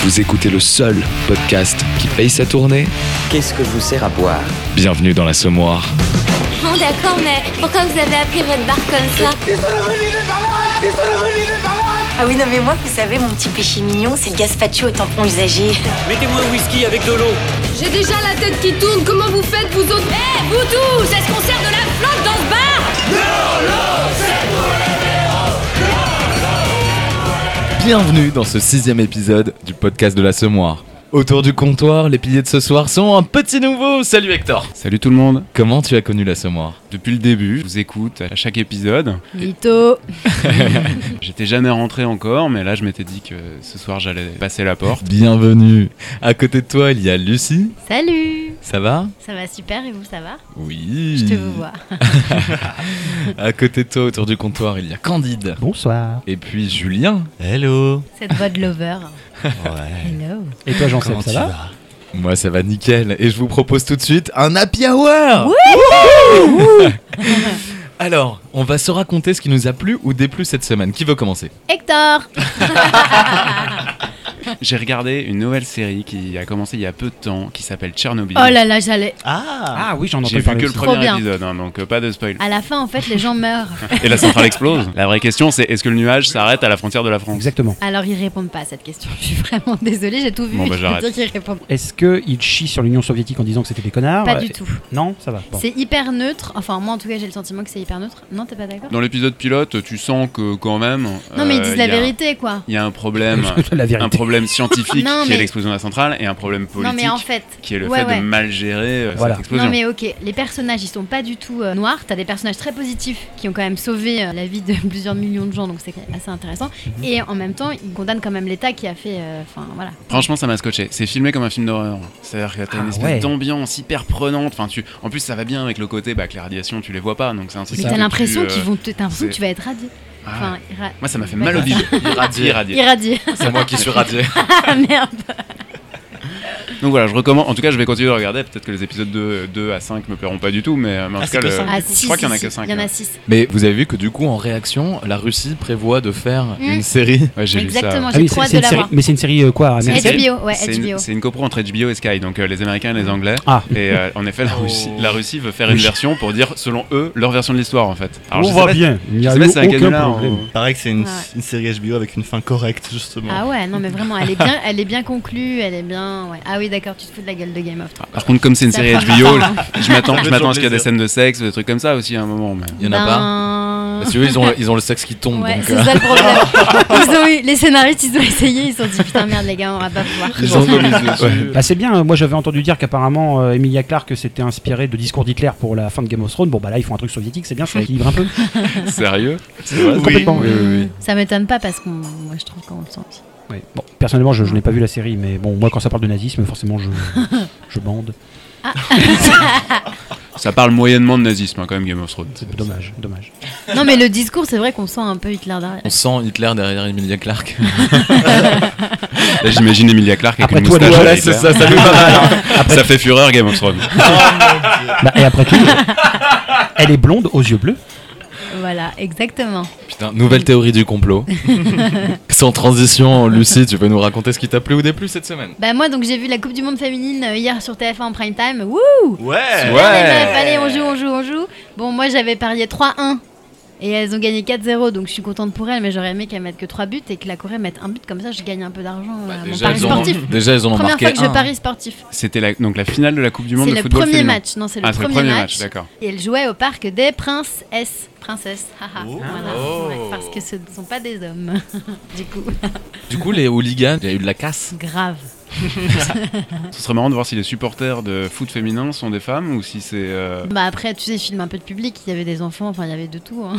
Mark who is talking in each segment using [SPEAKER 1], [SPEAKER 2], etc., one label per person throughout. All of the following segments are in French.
[SPEAKER 1] Vous écoutez le seul podcast qui paye sa tournée.
[SPEAKER 2] Qu'est-ce que vous sert à boire
[SPEAKER 1] Bienvenue dans la Sommoire.
[SPEAKER 3] Bon d'accord, mais pourquoi vous avez appris votre bar comme ça
[SPEAKER 4] Ah oui, non, mais moi, vous savez, mon petit péché mignon, c'est le gazpacho au tampon usagé.
[SPEAKER 5] Mettez-moi un whisky avec de l'eau.
[SPEAKER 6] J'ai déjà la tête qui tourne, comment vous faites vous autres Eh, vous tous, est-ce qu'on sert de la flotte dans ce bar
[SPEAKER 7] Bienvenue dans ce sixième épisode du podcast de la Semoire. Autour du comptoir, les piliers de ce soir sont un petit nouveau. Salut Hector.
[SPEAKER 8] Salut tout le monde.
[SPEAKER 7] Comment tu as connu la Semoire
[SPEAKER 8] Depuis le début, je vous écoute à chaque épisode.
[SPEAKER 9] Mytho
[SPEAKER 8] J'étais jamais rentré encore, mais là je m'étais dit que ce soir j'allais passer la porte.
[SPEAKER 7] Bienvenue. À côté de toi, il y a Lucie.
[SPEAKER 9] Salut
[SPEAKER 7] Ça va
[SPEAKER 9] Ça va super et vous, ça va
[SPEAKER 7] Oui.
[SPEAKER 9] Je te vous vois.
[SPEAKER 7] À côté de toi, autour du comptoir, il y a Candide.
[SPEAKER 1] Oh.
[SPEAKER 7] Bonsoir. Et puis Julien.
[SPEAKER 10] Hello
[SPEAKER 9] Cette voix de lover. Hello
[SPEAKER 10] Et toi jean
[SPEAKER 7] Comment
[SPEAKER 10] ça
[SPEAKER 7] tu
[SPEAKER 10] va
[SPEAKER 7] vas Moi, ça va nickel. Et je vous propose tout de suite un happy hour. Wouhou Alors, on va se raconter ce qui nous a plu ou déplu cette semaine. Qui veut commencer
[SPEAKER 9] Hector
[SPEAKER 8] J'ai regardé une nouvelle série qui a commencé il y a peu de temps, qui s'appelle Tchernobyl.
[SPEAKER 9] Oh là là, j'allais.
[SPEAKER 10] Ah
[SPEAKER 5] Ah oui, j'en
[SPEAKER 8] J'ai
[SPEAKER 5] entends
[SPEAKER 8] vu
[SPEAKER 5] parler.
[SPEAKER 8] que le
[SPEAKER 5] aussi.
[SPEAKER 9] Trop
[SPEAKER 8] premier
[SPEAKER 9] bien. Ah.
[SPEAKER 8] épisode, hein, donc euh, pas de spoil.
[SPEAKER 9] À la fin, en fait, les gens meurent.
[SPEAKER 8] Et la centrale explose. La vraie question, c'est est-ce que le nuage s'arrête à la frontière de la France
[SPEAKER 5] Exactement.
[SPEAKER 9] Alors, ils répondent pas à cette question. Je suis vraiment désolée, j'ai tout vu.
[SPEAKER 8] Bon,
[SPEAKER 9] Je
[SPEAKER 8] bah,
[SPEAKER 9] veux
[SPEAKER 8] j'arrête.
[SPEAKER 9] dire qu'ils répondent
[SPEAKER 5] Est-ce qu'il chie sur l'Union soviétique en disant que c'était des
[SPEAKER 6] Ah
[SPEAKER 5] connards
[SPEAKER 9] pas
[SPEAKER 5] Euh,
[SPEAKER 9] du tout.
[SPEAKER 5] Non, ça va. bon.
[SPEAKER 9] C'est hyper neutre. Enfin, moi, en tout cas, j'ai le sentiment que c'est hyper neutre. Non, t'es pas d'accord
[SPEAKER 8] Dans l'épisode pilote, tu sens que quand même.
[SPEAKER 9] Non, mais ils
[SPEAKER 8] euh,
[SPEAKER 9] disent
[SPEAKER 8] il
[SPEAKER 9] la
[SPEAKER 8] y a-
[SPEAKER 9] vérité, quoi.
[SPEAKER 8] Il y a un problème,
[SPEAKER 5] la
[SPEAKER 8] un
[SPEAKER 5] vérité.
[SPEAKER 8] problème scientifique
[SPEAKER 9] Non,
[SPEAKER 8] qui
[SPEAKER 9] mais-
[SPEAKER 8] est l'explosion de la centrale et un problème politique
[SPEAKER 9] Non, mais en fait.
[SPEAKER 8] qui est le
[SPEAKER 9] Ouais,
[SPEAKER 8] fait
[SPEAKER 9] ouais.
[SPEAKER 8] de mal gérer euh,
[SPEAKER 5] Voilà.
[SPEAKER 8] cette explosion.
[SPEAKER 9] Non mais ok, les personnages ils sont pas du tout euh, noirs, t'as des personnages très positifs qui ont quand même sauvé euh, la vie de plusieurs millions de gens donc c'est assez intéressant
[SPEAKER 8] Mhm.
[SPEAKER 9] et en même temps ils condamnent quand même l'État qui a fait... euh, Enfin voilà.
[SPEAKER 8] Franchement, ça m'a scotché. C'est filmé comme un film d'horreur. C'est-à-dire que t'as
[SPEAKER 5] Ah
[SPEAKER 8] une espèce
[SPEAKER 5] ouais.
[SPEAKER 8] d'ambiance hyper prenante. Enfin, tu... En plus, ça va bien avec le côté bah, que la radiation, tu les vois pas. Donc, c'est un
[SPEAKER 9] Mais
[SPEAKER 8] système
[SPEAKER 9] t'as
[SPEAKER 8] que
[SPEAKER 9] l'impression
[SPEAKER 8] tu, euh,
[SPEAKER 9] qu'ils vont... te- T'as l'impression
[SPEAKER 8] c'est-
[SPEAKER 9] que tu vas être radié.
[SPEAKER 8] ah,
[SPEAKER 9] Enfin, ira-
[SPEAKER 8] Moi, ça m'a fait
[SPEAKER 9] Ouais,
[SPEAKER 8] mal au
[SPEAKER 9] c'est
[SPEAKER 8] bide. Irradié,
[SPEAKER 9] ça.
[SPEAKER 8] irradié.
[SPEAKER 9] Irradié.
[SPEAKER 7] C'est moi qui suis radié.
[SPEAKER 9] Ah merde.
[SPEAKER 8] Donc voilà, je recommande. En tout cas, je vais continuer de regarder. Peut-être que les épisodes de 2 à 5 me plairont pas du tout. Mais, mais en
[SPEAKER 5] Ah,
[SPEAKER 8] tout
[SPEAKER 5] c'est
[SPEAKER 8] cas,
[SPEAKER 5] que
[SPEAKER 8] le-
[SPEAKER 5] ça.
[SPEAKER 9] Ah,
[SPEAKER 8] je
[SPEAKER 9] six,
[SPEAKER 8] crois qu'il y en a
[SPEAKER 9] six,
[SPEAKER 8] que
[SPEAKER 9] six.
[SPEAKER 8] 5.
[SPEAKER 9] Il y en a 6.
[SPEAKER 7] Mais vous avez vu que du coup, en réaction, la Russie prévoit de faire
[SPEAKER 9] Mm.
[SPEAKER 7] une série.
[SPEAKER 8] Ouais, j'ai lu ça. Ah,
[SPEAKER 9] Exactement,
[SPEAKER 5] Ah
[SPEAKER 9] j'ai
[SPEAKER 5] oui,
[SPEAKER 9] trop
[SPEAKER 5] c'est
[SPEAKER 9] hâte
[SPEAKER 5] c'est
[SPEAKER 9] de
[SPEAKER 5] une
[SPEAKER 9] la
[SPEAKER 5] série,
[SPEAKER 9] voir.
[SPEAKER 5] mais c'est une série euh, quoi
[SPEAKER 8] C'est une
[SPEAKER 5] américaine
[SPEAKER 8] série-
[SPEAKER 9] HBO, ouais,
[SPEAKER 8] c'est une-
[SPEAKER 9] HBO.
[SPEAKER 8] C'est une copro entre HBO et Sky, donc euh, les Américains et les Anglais.
[SPEAKER 5] Ah, Oh.
[SPEAKER 8] Et euh, en effet, la Russie, la Russie veut faire une version pour dire, selon eux, leur version de l'histoire en fait. Alors, je
[SPEAKER 5] on
[SPEAKER 8] sais
[SPEAKER 5] voit
[SPEAKER 8] pas-
[SPEAKER 5] bien. Il n'y
[SPEAKER 8] je
[SPEAKER 5] a
[SPEAKER 8] sais pas
[SPEAKER 5] eu
[SPEAKER 8] si c'est un
[SPEAKER 5] aucun
[SPEAKER 8] canular,
[SPEAKER 5] problème.
[SPEAKER 8] hein.
[SPEAKER 10] Pareil que c'est une,
[SPEAKER 9] Ouais.
[SPEAKER 10] une série HBO avec une fin correcte, justement.
[SPEAKER 9] Ah ouais, non mais vraiment, elle est bien, elle est bien conclue, elle est bien. ouais. Ah oui, d'accord, tu te fous de la gueule de Game of Thrones.
[SPEAKER 8] Par contre, comme c'est une
[SPEAKER 9] Ça
[SPEAKER 8] série
[SPEAKER 9] fait
[SPEAKER 8] HBO,
[SPEAKER 9] pas.
[SPEAKER 8] je m'attends,
[SPEAKER 10] Ça
[SPEAKER 8] je
[SPEAKER 10] fait
[SPEAKER 8] m'attends à ce
[SPEAKER 10] toujours
[SPEAKER 8] qu'il y ait des
[SPEAKER 10] plaisir.
[SPEAKER 8] scènes de sexe, des trucs comme ça aussi à un moment. Mais...
[SPEAKER 7] Il y en a pas
[SPEAKER 9] Ben-
[SPEAKER 7] Parce que eux, ils ont, ils ont le sexe qui tombe.
[SPEAKER 9] Ouais,
[SPEAKER 7] donc,
[SPEAKER 9] c'est
[SPEAKER 7] euh,
[SPEAKER 9] ça le problème. Ils ont eu- les scénaristes, ils ont essayé, ils se sont dit putain merde les gars, on va pas pouvoir.
[SPEAKER 7] ils ont
[SPEAKER 5] Ouais. Bah, c'est bien, euh, moi j'avais entendu dire qu'apparemment euh, Emilia Clarke s'était inspirée de discours d'Hitler pour la fin de Game of Thrones. Bon bah là ils font un truc soviétique, c'est bien, ça équilibre un peu.
[SPEAKER 8] Sérieux
[SPEAKER 9] Ah.
[SPEAKER 5] Complètement.
[SPEAKER 7] Oui, oui, oui.
[SPEAKER 9] Ça m'étonne pas parce qu'on, moi je trouve qu'on le sent. aussi.
[SPEAKER 5] Ouais. Bon, personnellement je, je n'ai pas vu la série, mais bon moi quand ça parle de nazisme forcément je, je bande.
[SPEAKER 8] Ça parle moyennement de nazisme hein, quand même Game of Thrones.
[SPEAKER 5] C'est dommage, dommage.
[SPEAKER 9] Non mais le discours, c'est vrai qu'on sent un peu Hitler derrière.
[SPEAKER 7] On sent Hitler derrière Emilia Clarke.
[SPEAKER 8] Là, j'imagine Emilia Clarke avec
[SPEAKER 5] Après
[SPEAKER 8] une
[SPEAKER 5] toi,
[SPEAKER 8] moustache.
[SPEAKER 5] Nicolas,
[SPEAKER 8] avec
[SPEAKER 5] c'est
[SPEAKER 8] Hitler.
[SPEAKER 5] ça,
[SPEAKER 8] ça
[SPEAKER 5] hein.
[SPEAKER 8] fait fureur Game of Thrones.
[SPEAKER 5] Bah, et après tout, elle est blonde aux yeux bleus.
[SPEAKER 9] Voilà, exactement.
[SPEAKER 7] Putain, nouvelle théorie du complot. Sans transition, Lucie, tu peux nous raconter ce qui t'a plu ou déplu cette semaine
[SPEAKER 9] Bah moi donc j'ai vu la Coupe du Monde féminine euh, hier sur TF1 en prime time. Wouh
[SPEAKER 10] Ouais
[SPEAKER 9] Allez, allez, allez, on joue, on joue, on joue. Bon moi j'avais parié 3-1. Et elles ont gagné 4-0, donc je suis contente pour elles, mais j'aurais aimé qu'elles mettent que 3 buts et que la Corée mette un but, comme ça je gagne un peu d'argent
[SPEAKER 8] Bah,
[SPEAKER 9] à Ah, mon pari
[SPEAKER 7] ils en ont,
[SPEAKER 9] sportif.
[SPEAKER 7] déjà, ils en ont
[SPEAKER 9] Première
[SPEAKER 7] marqué
[SPEAKER 9] fois que
[SPEAKER 7] un.
[SPEAKER 9] je parie sportif.
[SPEAKER 8] C'était la, donc la finale de la Coupe du Monde
[SPEAKER 9] C'est
[SPEAKER 8] de
[SPEAKER 9] le
[SPEAKER 8] football
[SPEAKER 9] premier
[SPEAKER 8] féminin.
[SPEAKER 9] match, non, c'est le
[SPEAKER 8] Ah, c'est
[SPEAKER 9] premier, match.
[SPEAKER 8] d'accord.
[SPEAKER 9] Et elle jouait au parc des princesses. Princesses, haha.
[SPEAKER 8] Oh.
[SPEAKER 9] Voilà. Ouais, parce que ce ne sont pas des hommes. du coup,
[SPEAKER 7] Du coup, les hooligans, il y a eu de la casse.
[SPEAKER 9] grave.
[SPEAKER 8] Ce serait marrant de voir si les supporters de foot féminin sont des femmes ou si c'est. euh,
[SPEAKER 9] Bah après, tu sais, je filme un peu de public, il y avait des enfants, enfin, il y avait de tout. hein.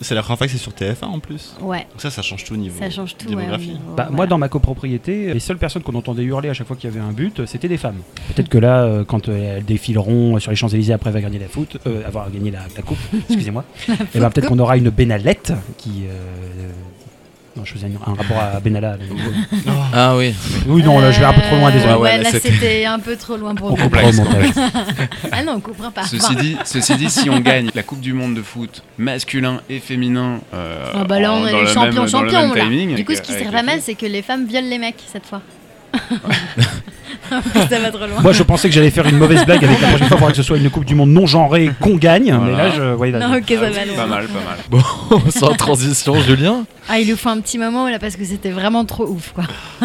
[SPEAKER 10] C'est la première fois que c'est sur TF1 en plus.
[SPEAKER 9] Ouais,
[SPEAKER 10] Donc ça, ça change tout au niveau.
[SPEAKER 8] Oh.
[SPEAKER 9] ça change tout. Ouais, au
[SPEAKER 10] Démographie.
[SPEAKER 9] niveau-
[SPEAKER 5] Bah,
[SPEAKER 9] voilà.
[SPEAKER 5] Moi, dans ma copropriété, les seules personnes qu'on entendait hurler à chaque fois qu'il y avait un but, euh, c'était des femmes. Peut-être que là, euh, quand euh, elles défileront sur les Champs-Élysées après avoir gagné la, foot, euh, avoir eh gagné la, la coupe, excusez-moi, et ben, peut-être qu'on aura une Bénalette qui euh, Non, je faisais une- un rapport à Benalla. là.
[SPEAKER 7] Ah oui.
[SPEAKER 5] oui, non, là, je vais un peu trop loin, désolé.
[SPEAKER 9] Euh,
[SPEAKER 7] Ouais, ouais,
[SPEAKER 9] ouais,
[SPEAKER 7] là,
[SPEAKER 9] là,
[SPEAKER 7] c'était-
[SPEAKER 9] c'était un peu trop loin
[SPEAKER 5] On
[SPEAKER 9] pour nous.
[SPEAKER 5] comprend au montage.
[SPEAKER 9] Ah non, on comprend pas.
[SPEAKER 8] Ceci dit, ceci dit, si on gagne la Coupe du Monde de foot masculin et féminin, euh,
[SPEAKER 9] Ah bah là,
[SPEAKER 8] en-
[SPEAKER 9] on est
[SPEAKER 8] dans
[SPEAKER 9] les
[SPEAKER 8] le même- dans
[SPEAKER 9] champions,
[SPEAKER 8] le
[SPEAKER 9] champions
[SPEAKER 8] même
[SPEAKER 9] là.
[SPEAKER 8] timing,
[SPEAKER 9] Du coup, ce
[SPEAKER 8] avec-
[SPEAKER 9] qui
[SPEAKER 8] avec
[SPEAKER 9] serait
[SPEAKER 8] les
[SPEAKER 9] pas mal,
[SPEAKER 8] filles.
[SPEAKER 9] c'est que les femmes violent les mecs cette fois. ça va trop loin.
[SPEAKER 5] Moi, je pensais que j'allais faire une mauvaise blague avec la prochaine fois, il faudrait que ce soit une Coupe du Monde non genrée qu'on gagne. Mais
[SPEAKER 8] Voilà.
[SPEAKER 5] là, je. ouais, là,
[SPEAKER 9] Non, ok, ça va
[SPEAKER 8] Ah, Pas
[SPEAKER 9] loin.
[SPEAKER 8] mal, pas mal.
[SPEAKER 7] Sans transition, Julien.
[SPEAKER 9] Ah, il nous faut un petit moment là parce que c'était vraiment trop ouf quoi.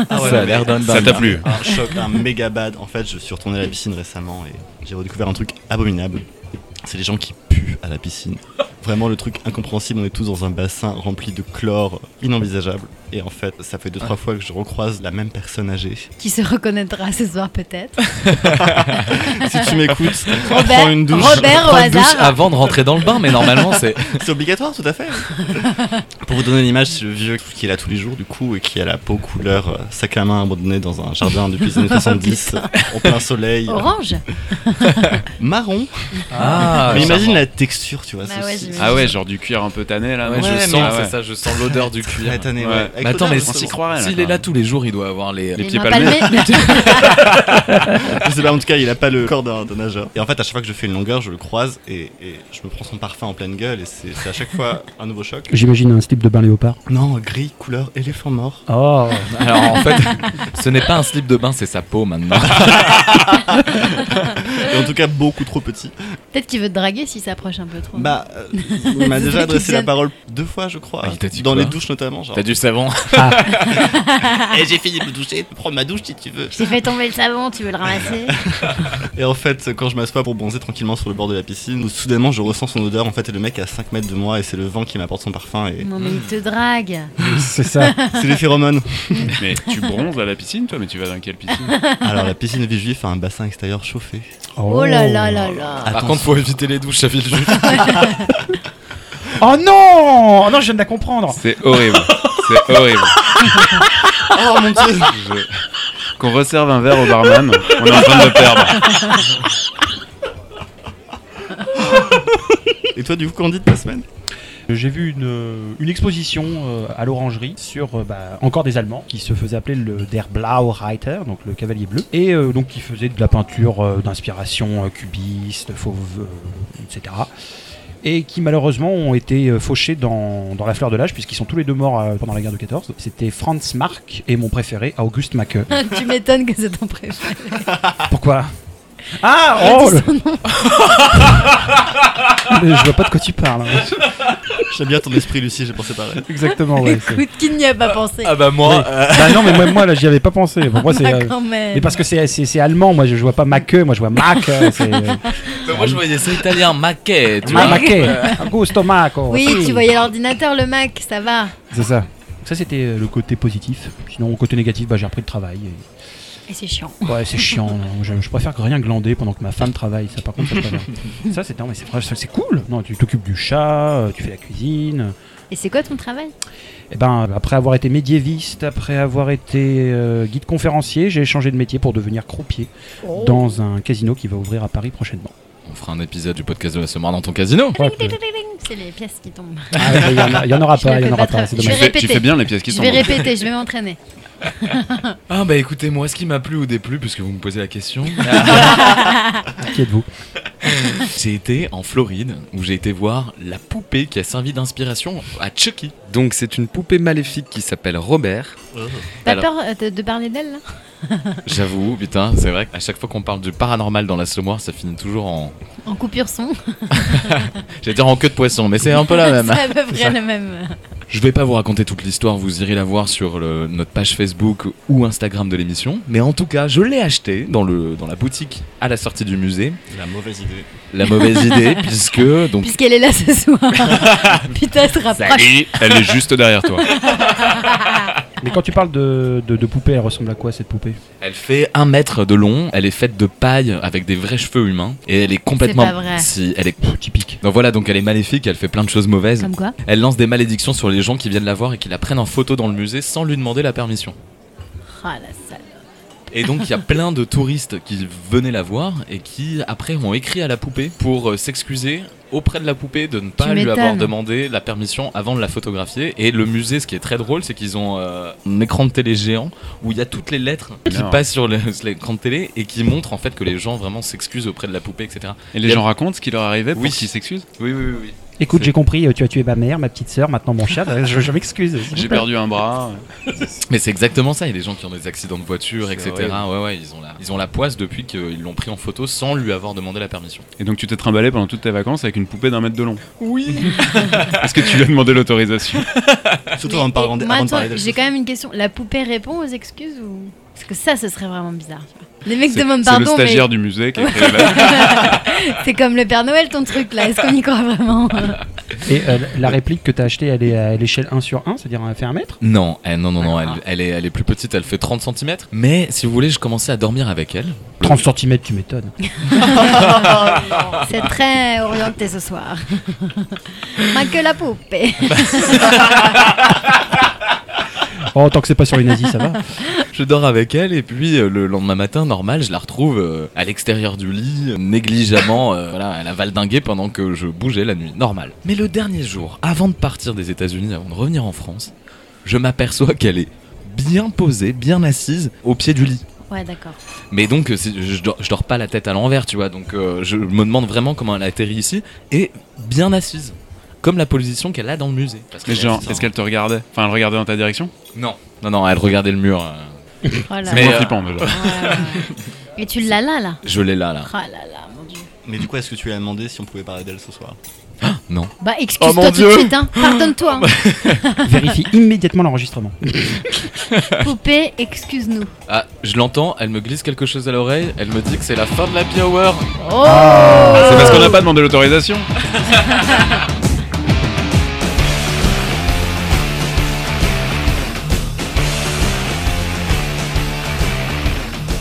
[SPEAKER 10] Ah
[SPEAKER 7] ça a l'air d'un
[SPEAKER 8] Ça t'a plu
[SPEAKER 10] Un choc, un méga bad. En fait, je suis retourné à la piscine récemment et j'ai redécouvert un truc abominable. C'est les gens qui puent à la piscine. Vraiment le truc incompréhensible, on est tous dans un bassin rempli de chlore inenvisageable. Et en fait, ça fait deux trois fois que je recroise la même personne âgée.
[SPEAKER 9] Qui se reconnaîtra ce soir peut-être.
[SPEAKER 10] Si tu m'écoutes,
[SPEAKER 9] Robert,
[SPEAKER 10] prends une douche.
[SPEAKER 9] Robert au
[SPEAKER 7] Prends une douche
[SPEAKER 9] hasard.
[SPEAKER 7] avant de rentrer dans le bain, mais normalement c'est.
[SPEAKER 10] C'est obligatoire, tout à fait. Pour vous donner une image, c'est le vieux qui est là tous les jours, du coup, et qui a la peau couleur euh, sac à main abandonné dans un jardin depuis les années 70, en plein soleil, euh,
[SPEAKER 9] Orange.
[SPEAKER 10] marron.
[SPEAKER 7] Ah.
[SPEAKER 10] Mais imagine
[SPEAKER 7] charmant.
[SPEAKER 10] la texture, tu vois.
[SPEAKER 9] Bah
[SPEAKER 10] ce-
[SPEAKER 9] ouais,
[SPEAKER 10] ce-
[SPEAKER 9] j'imagine.
[SPEAKER 8] Ah ouais, genre du cuir un peu tanné là.
[SPEAKER 7] Ouais,
[SPEAKER 8] non
[SPEAKER 7] je
[SPEAKER 10] Ouais,
[SPEAKER 7] sens,
[SPEAKER 10] mais-
[SPEAKER 7] c'est ça, je sens l'odeur du cuir.
[SPEAKER 10] Très tanné, ouais. Bah
[SPEAKER 8] Ouais.
[SPEAKER 10] Avec
[SPEAKER 7] Mais attends,
[SPEAKER 10] l'odeur,
[SPEAKER 7] mais
[SPEAKER 10] on
[SPEAKER 8] s'y
[SPEAKER 10] s'y croit.
[SPEAKER 8] croirait.
[SPEAKER 7] S'il est là tous les jours, il doit avoir les.
[SPEAKER 8] Les petits
[SPEAKER 9] mains
[SPEAKER 8] palmés.
[SPEAKER 10] Je sais pas, en tout cas, il a pas le corps d'un d'un nageur. Et en fait, à chaque fois que je fais une longueur, je le croise et, et je me prends son parfum en pleine gueule et c'est c'est à chaque fois un nouveau choc.
[SPEAKER 5] J'imagine un slip de bain léopard.
[SPEAKER 10] Non, gris, couleur, éléphant mort.
[SPEAKER 5] Oh,
[SPEAKER 7] Alors en fait, ce n'est pas un slip de bain, c'est sa peau maintenant.
[SPEAKER 10] Et en tout cas, beaucoup trop petit.
[SPEAKER 9] Peut-être qu'il veut te draguer s'il s'approche un peu trop.
[SPEAKER 10] Bah, euh, il m'a
[SPEAKER 9] C'est
[SPEAKER 10] déjà
[SPEAKER 9] vrai
[SPEAKER 10] adressé
[SPEAKER 9] qu'il
[SPEAKER 10] la
[SPEAKER 9] vient-
[SPEAKER 10] parole deux fois, je crois.
[SPEAKER 7] Ah, il t'a dit
[SPEAKER 10] Dans
[SPEAKER 7] quoi
[SPEAKER 10] les douches notamment. Genre,
[SPEAKER 7] T'as du savon
[SPEAKER 10] Eh, j'ai fini de me doucher, de prendre ma douche si tu veux.
[SPEAKER 9] Je t'ai fait tomber le savon, tu veux le ramasser
[SPEAKER 10] Et en fait, quand je m'assois pour bronzer tranquillement sur le bord de la piscine, où soudainement je ressens son odeur. En fait, et le mec est à 5 mètres de moi et c'est le vent qui m'apporte son parfum et
[SPEAKER 9] Non mais il te drague.
[SPEAKER 5] c'est ça.
[SPEAKER 10] c'est les phéromones.
[SPEAKER 8] Mais tu bronzes à la piscine toi, mais tu vas dans quelle piscine
[SPEAKER 10] Alors, la piscine de Villejuif a un bassin extérieur chauffé.
[SPEAKER 9] Oh là là là là.
[SPEAKER 10] Ah,
[SPEAKER 7] Par contre, faut éviter les douches à Villejuif.
[SPEAKER 5] Oh non Oh non, je viens de la comprendre.
[SPEAKER 8] C'est horrible. C'est horrible.
[SPEAKER 10] Oh mon dieu!
[SPEAKER 8] Qu'on reserve un verre au barman, on est en train de le perdre.
[SPEAKER 10] Et toi, du coup, Candide, ta semaine?
[SPEAKER 5] J'ai vu une, une exposition euh, à l'orangerie sur euh, bah, encore des Allemands qui se faisaient appeler le Der Blaue Reiter, donc le cavalier bleu, et euh, donc qui faisaient de la peinture euh, d'inspiration euh, cubiste, fauve, euh, etc. Et qui malheureusement ont été euh, fauchés dans, dans la fleur de l'âge, puisqu'ils sont tous les deux morts euh, pendant la guerre de 14. C'était Franz Marc et mon préféré, August Macke.
[SPEAKER 9] tu m'étonnes que c'est ton préféré.
[SPEAKER 5] Pourquoi Ah oh le- Mais Je vois pas de quoi tu parles. hein.
[SPEAKER 10] J'aime bien ton esprit, Lucie, j'ai pensé pareil.
[SPEAKER 5] Exactement, ouais. c'est-
[SPEAKER 9] Écoute, qui n'y a pas pensé
[SPEAKER 7] Ah bah moi,
[SPEAKER 5] Oui. Bah non, mais moi, moi là, j'y avais pas pensé. Pour moi, c'est.
[SPEAKER 9] Bah,
[SPEAKER 5] euh,
[SPEAKER 9] quand même.
[SPEAKER 5] Mais parce que c'est, c'est, c'est allemand, moi je, je vois pas Mac, moi je vois Mac. euh, c'est,
[SPEAKER 7] euh, moi je voyais ça italien, maquet. tu
[SPEAKER 5] Ma-
[SPEAKER 7] vois.
[SPEAKER 5] Mac, Augusto Mac. oh,
[SPEAKER 9] Oui,
[SPEAKER 5] si.
[SPEAKER 9] tu voyais l'ordinateur, le Mac, ça va.
[SPEAKER 5] C'est ça. Ça c'était euh, le côté positif. Sinon, côté négatif, bah, j'ai repris le travail.
[SPEAKER 9] Et c'est chiant.
[SPEAKER 5] Et- Ouais, c'est chiant. non. Je, je préfère que rien glander pendant que ma femme travaille. Ça, par contre, c'est pas bien. Ça, c'est, non, mais c'est, vrai, ça, c'est cool. Non, tu t'occupes du chat, euh, tu fais la cuisine.
[SPEAKER 9] Et c'est quoi ton travail
[SPEAKER 5] Et ben, après avoir été médiéviste, après avoir été euh, guide conférencier, j'ai changé de métier pour devenir croupier dans un casino qui va ouvrir à Paris prochainement.
[SPEAKER 7] On fera un épisode du podcast de la semaine dans ton casino.
[SPEAKER 5] Ouais, que-
[SPEAKER 9] C'est les pièces qui tombent.
[SPEAKER 5] Ah, mais Ah, il y en a- il y, en aura
[SPEAKER 9] Je la
[SPEAKER 5] pas, il y
[SPEAKER 9] fais
[SPEAKER 5] en aura
[SPEAKER 9] pas
[SPEAKER 5] pas, c'est
[SPEAKER 9] très- Je
[SPEAKER 8] Tu
[SPEAKER 9] vais
[SPEAKER 5] dommage.
[SPEAKER 8] fais, tu
[SPEAKER 9] répéter.
[SPEAKER 8] fais bien les pièces qui
[SPEAKER 9] Je
[SPEAKER 8] sont
[SPEAKER 9] vais répéter, je vais m'entraîner.
[SPEAKER 7] Ah bah écoutez, moi ce qui m'a plu ou déplu, puisque vous me posez la question,
[SPEAKER 5] Qui êtes-vous
[SPEAKER 7] j'ai été en Floride où j'ai été voir la poupée qui a servi d'inspiration à Chucky. Donc c'est une poupée maléfique qui s'appelle Robert.
[SPEAKER 9] T'as
[SPEAKER 7] Alors.
[SPEAKER 9] peur euh, de, de parler d'elle là
[SPEAKER 7] J'avoue, putain, c'est vrai qu'à chaque fois qu'on parle du paranormal dans la Sommoire, ça finit toujours en.
[SPEAKER 9] En coupure son.
[SPEAKER 7] J'allais dire en queue de poisson, mais bah, c'est un peu la
[SPEAKER 9] C'est
[SPEAKER 7] même.
[SPEAKER 9] à peu près le même.
[SPEAKER 7] Je vais pas vous raconter toute l'histoire, vous irez la voir sur le- notre page Facebook ou Instagram de l'émission. Mais en tout cas, je l'ai acheté dans, le, dans la boutique à la sortie du musée.
[SPEAKER 10] La mauvaise idée.
[SPEAKER 7] La mauvaise idée, puisque. Donc,
[SPEAKER 9] Puisqu'elle est là ce soir. Putain, elle se rapproche.
[SPEAKER 8] Et elle est juste derrière toi.
[SPEAKER 5] Mais quand tu parles de, de, de poupée, elle ressemble à quoi cette poupée
[SPEAKER 7] elle fait un mètre de long, elle est faite de paille avec des vrais cheveux humains. Et elle est complètement.
[SPEAKER 9] pas vrai.
[SPEAKER 7] Si, elle est.
[SPEAKER 5] Typique.
[SPEAKER 7] Donc voilà, donc elle est maléfique, elle fait plein de choses mauvaises.
[SPEAKER 9] Comme quoi
[SPEAKER 7] Elle lance des malédictions sur les gens qui viennent la voir et qui la prennent en photo dans le musée sans lui demander la permission.
[SPEAKER 9] Ah la sale.
[SPEAKER 7] Et donc il y a plein de touristes qui venaient la voir et qui après ont écrit à la poupée pour euh, s'excuser auprès de la poupée de ne pas
[SPEAKER 9] Tu
[SPEAKER 7] lui avoir
[SPEAKER 9] m'étonnes.
[SPEAKER 7] demandé la permission avant de la photographier. Et le musée, ce qui est très drôle, c'est qu'ils ont euh, un écran de télé géant où il y a toutes les lettres qui
[SPEAKER 8] Non.
[SPEAKER 7] passent sur le- sur l'écran de télé et qui montrent en fait que les gens vraiment s'excusent auprès de la poupée, etc.
[SPEAKER 8] Et les
[SPEAKER 7] Y a-
[SPEAKER 8] gens racontent ce qui leur arrivait pour
[SPEAKER 7] Oui.
[SPEAKER 8] qu'ils s'excusent
[SPEAKER 7] Oui, oui, oui. oui.
[SPEAKER 5] Écoute,
[SPEAKER 7] C'est-
[SPEAKER 5] j'ai compris, euh, tu as tué ma mère, ma petite sœur, maintenant mon chat, euh, je, je m'excuse.
[SPEAKER 8] J'ai perdu un bras.
[SPEAKER 7] Mais c'est exactement ça. Il y a des gens qui ont des accidents de voiture,
[SPEAKER 8] C'est
[SPEAKER 7] etc.
[SPEAKER 8] horrible.
[SPEAKER 7] Ouais, ouais, ils ont la, ils ont la poisse depuis qu'ils l'ont pris en photo sans lui avoir demandé la permission.
[SPEAKER 8] Et donc tu t'es trimballé pendant toutes tes vacances avec une poupée d'un mètre de long. Oui. Est-ce que tu lui as demandé l'autorisation
[SPEAKER 10] Surtout avant
[SPEAKER 9] Mais-
[SPEAKER 10] de parler- avant
[SPEAKER 9] et
[SPEAKER 10] de
[SPEAKER 9] moi,
[SPEAKER 10] parler
[SPEAKER 9] attends,
[SPEAKER 10] de
[SPEAKER 9] j'ai quand même une question. La poupée répond aux excuses ou Parce que ça, ce serait vraiment bizarre. tu vois. Les mecs demandent
[SPEAKER 8] C'est le
[SPEAKER 9] pardon, mais
[SPEAKER 8] stagiaire du musée qui a créé la...
[SPEAKER 9] c'est comme le Père Noël ton truc là. Est-ce qu'on y croit vraiment
[SPEAKER 5] Et euh, la réplique que t'as achetée, elle est à l'échelle 1 sur 1, c'est-à-dire elle fait un mètre
[SPEAKER 7] Non, eh, non, non, non, elle, elle est, elle est plus petite, elle fait 30 cm. Mais si vous voulez, je commençais à dormir avec elle.
[SPEAKER 5] 30 cm, tu m'étonnes.
[SPEAKER 9] C'est très orienté ce soir. Pas que la poupée.
[SPEAKER 5] Oh, tant que c'est pas sur les nazis, ça va.
[SPEAKER 7] Je dors avec elle et puis euh, le lendemain matin, normal, je la retrouve euh, à l'extérieur du lit, euh, négligemment, euh, voilà, elle a valdingué pendant que je bougeais la nuit, normal. Mais le dernier jour, avant de partir des États-Unis, avant de revenir en France, je m'aperçois qu'elle est bien posée, bien assise au pied du lit.
[SPEAKER 9] Ouais, d'accord.
[SPEAKER 7] Mais donc, euh, c'est- je dors, je dors pas la tête à l'envers, tu vois. Donc, euh, je me demande vraiment comment elle a atterri ici. Et bien assise. Comme la position qu'elle a dans le musée. Parce
[SPEAKER 8] Mais
[SPEAKER 7] qu'elle
[SPEAKER 8] genre,
[SPEAKER 7] assise,
[SPEAKER 8] est-ce qu'elle te regardait Enfin, elle regardait dans ta direction
[SPEAKER 7] hein. Non, non, non, elle regardait le mur. euh.
[SPEAKER 9] Oh là
[SPEAKER 8] C'est
[SPEAKER 7] Mais,
[SPEAKER 9] là.
[SPEAKER 8] moins
[SPEAKER 7] euh,
[SPEAKER 8] flippant déjà.
[SPEAKER 9] Ouais, ouais, ouais. Et tu l'as là là.
[SPEAKER 7] Je l'ai là, là.
[SPEAKER 9] Oh là là, mon dieu.
[SPEAKER 10] Mais du coup, est-ce que tu lui as demandé si on pouvait parler d'elle ce soir
[SPEAKER 9] Bah excuse-toi
[SPEAKER 7] Oh, mon
[SPEAKER 9] tout de
[SPEAKER 7] Dieu.
[SPEAKER 9] suite, hein. pardonne-toi. hein.
[SPEAKER 5] Vérifie immédiatement l'enregistrement.
[SPEAKER 9] Poupée, excuse-nous.
[SPEAKER 7] Ah, je l'entends, elle me glisse quelque chose à l'oreille. Elle me dit que c'est la fin de la hour.
[SPEAKER 8] C'est parce
[SPEAKER 7] euh,
[SPEAKER 8] qu'on n'a pas demandé l'autorisation.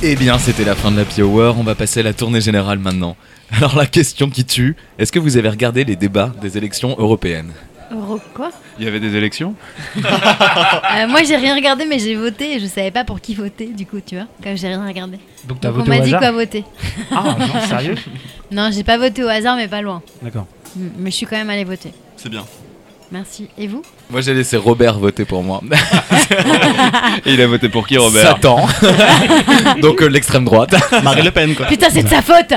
[SPEAKER 7] Eh bien, c'était la fin de la hour. On va passer à la tournée générale maintenant. Alors, la question qui tue est-ce que vous avez regardé les débats des élections européennes
[SPEAKER 9] Euro quoi
[SPEAKER 8] Il y avait des élections.
[SPEAKER 9] Euh, Moi j'ai rien regardé mais j'ai voté et je savais pas pour qui voter du coup tu vois. Comme j'ai rien regardé.
[SPEAKER 5] Donc t'as
[SPEAKER 9] Donc on
[SPEAKER 5] voté
[SPEAKER 9] m'a
[SPEAKER 5] au
[SPEAKER 9] dit
[SPEAKER 5] hasard
[SPEAKER 9] quoi voter.
[SPEAKER 5] Ah, non, sérieux
[SPEAKER 9] Non j'ai pas voté au hasard mais pas loin.
[SPEAKER 5] D'accord.
[SPEAKER 9] Mm, Mais je suis quand même allée voter.
[SPEAKER 10] C'est
[SPEAKER 9] Bah,
[SPEAKER 10] bien.
[SPEAKER 9] Merci. Et vous
[SPEAKER 7] Moi, j'ai laissé Robert voter pour moi.
[SPEAKER 8] Et il a voté pour qui, Robert
[SPEAKER 7] Satan Donc, euh, l'extrême droite.
[SPEAKER 10] Marine Le Pen, quoi.
[SPEAKER 9] Putain c'est de sa faute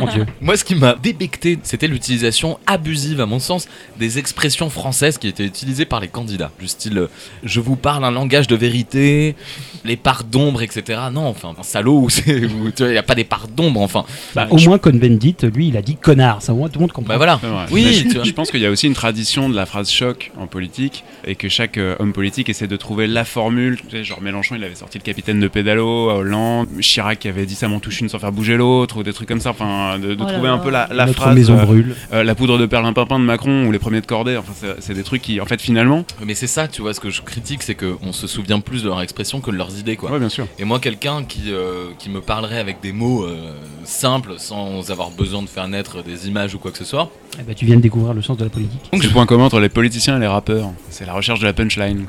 [SPEAKER 5] Mon dieu.
[SPEAKER 7] Moi, ce qui m'a débecté, c'était l'utilisation abusive, à mon sens, des expressions françaises qui étaient utilisées par les candidats. Du style euh, je vous parle un langage de vérité, les parts d'ombre, etc. Non, enfin, un salaud, ou c'est- ou, tu vois, il n'y a pas des parts d'ombre, enfin.
[SPEAKER 5] Bah, au moins, Cohn-Bendit, lui, il a dit connard. Ça, au moins, tout le monde comprend.
[SPEAKER 7] Bah voilà.
[SPEAKER 8] C'est vrai. Mais
[SPEAKER 7] Oui, tu
[SPEAKER 8] je,
[SPEAKER 7] vois.
[SPEAKER 8] je pense qu'il y a aussi une tradition de la phrase choc en politique et que chaque euh, homme politique essaie de trouver la formule. Tu sais, genre Mélenchon, il avait sorti le capitaine de pédalo à Hollande, Chirac qui avait dit ça m'en touche une sans faire bouger l'autre, ou des trucs comme ça. Enfin, de, de
[SPEAKER 9] Oh là
[SPEAKER 8] trouver
[SPEAKER 9] là.
[SPEAKER 8] un peu la, la
[SPEAKER 5] Notre
[SPEAKER 8] phrase.
[SPEAKER 5] maison
[SPEAKER 8] euh,
[SPEAKER 5] brûle.
[SPEAKER 8] euh, la poudre de perlimpinpin de Macron ou les premiers de cordée. Enfin, c'est- c'est des trucs qui, en fait, finalement.
[SPEAKER 7] Mais c'est ça, tu vois, ce que je critique, c'est qu'on se souvient plus de leur expression que de leurs idées, quoi.
[SPEAKER 8] Ouais, bien sûr.
[SPEAKER 7] Et moi, quelqu'un qui, euh, qui me parlerait avec des mots euh, simples, sans avoir besoin de faire naître des images ou quoi que ce soit.
[SPEAKER 5] Eh ben, tu viens de découvrir le sens de la politique.
[SPEAKER 8] Donc, le point commun entre les politiciens et les rappeurs, c'est la recherche de la punchline.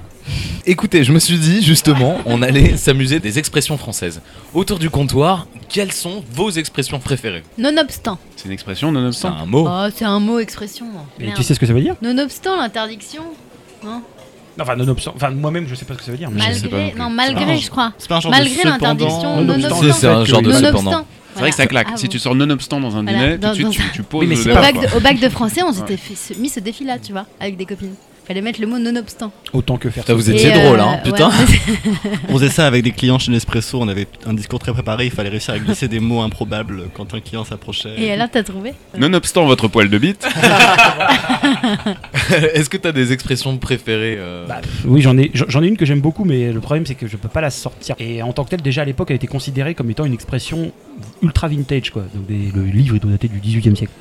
[SPEAKER 7] Écoutez, je me suis dit justement, on allait s'amuser des expressions françaises. Autour du comptoir, quelles sont vos expressions préférées
[SPEAKER 9] Nonobstant.
[SPEAKER 8] C'est une expression
[SPEAKER 7] C'est
[SPEAKER 8] nonobstant.
[SPEAKER 7] un mot.
[SPEAKER 9] Oh c'est un mot expression. hein.
[SPEAKER 5] Mais
[SPEAKER 9] Merde.
[SPEAKER 5] tu sais ce que ça veut dire
[SPEAKER 9] Nonobstant l'interdiction.
[SPEAKER 5] Enfin, nonobstant. Enfin, moi-même, je sais pas Ah. ce que ça veut dire. mais-
[SPEAKER 8] sais pas non
[SPEAKER 9] Malgré,
[SPEAKER 8] plus.
[SPEAKER 9] non, malgré, je crois.
[SPEAKER 10] C'est pas un genre
[SPEAKER 9] Malgré
[SPEAKER 10] de
[SPEAKER 9] l'interdiction,
[SPEAKER 5] Nonobstant.
[SPEAKER 9] nonobstant.
[SPEAKER 7] C'est c'est un genre de
[SPEAKER 5] Nonobstant.
[SPEAKER 7] cependant.
[SPEAKER 8] C'est vrai que ça claque. si tu sors nonobstant dans un
[SPEAKER 9] Ah Voilà,
[SPEAKER 8] dîner,
[SPEAKER 9] dans-
[SPEAKER 8] tout
[SPEAKER 9] dans
[SPEAKER 8] de suite, tu,
[SPEAKER 9] un-
[SPEAKER 8] tu poses
[SPEAKER 5] Oui, mais
[SPEAKER 8] le
[SPEAKER 5] c'est
[SPEAKER 9] au
[SPEAKER 5] pas-
[SPEAKER 8] débat,
[SPEAKER 9] bac,
[SPEAKER 8] quoi.
[SPEAKER 9] de, au bac de français, on s'était
[SPEAKER 8] Ouais.
[SPEAKER 9] fait ce- mis ce défi-là, tu vois, avec des copines. Fallait mettre le mot nonobstant.
[SPEAKER 5] Autant que faire.
[SPEAKER 7] Putain,
[SPEAKER 5] soit.
[SPEAKER 7] vous étiez
[SPEAKER 9] Et, euh,
[SPEAKER 7] drôle, hein,
[SPEAKER 9] ouais,
[SPEAKER 7] putain.
[SPEAKER 9] mais-
[SPEAKER 10] On faisait ça avec des clients chez Nespresso, on avait un discours très préparé, il fallait réussir à glisser des mots improbables quand un client s'approchait.
[SPEAKER 9] Et là, t'as trouvé
[SPEAKER 8] Nonobstant votre poil de bite,
[SPEAKER 7] Est-ce que t'as des expressions préférées euh,
[SPEAKER 5] Bah, pff, oui, j'en ai, j'en- j'en ai une que j'aime beaucoup, mais le problème c'est que je peux pas la sortir. Et en tant que telle, déjà à l'époque, elle était considérée comme étant une expression ultra vintage, quoi. Donc des- le livre doit dater du 18e siècle.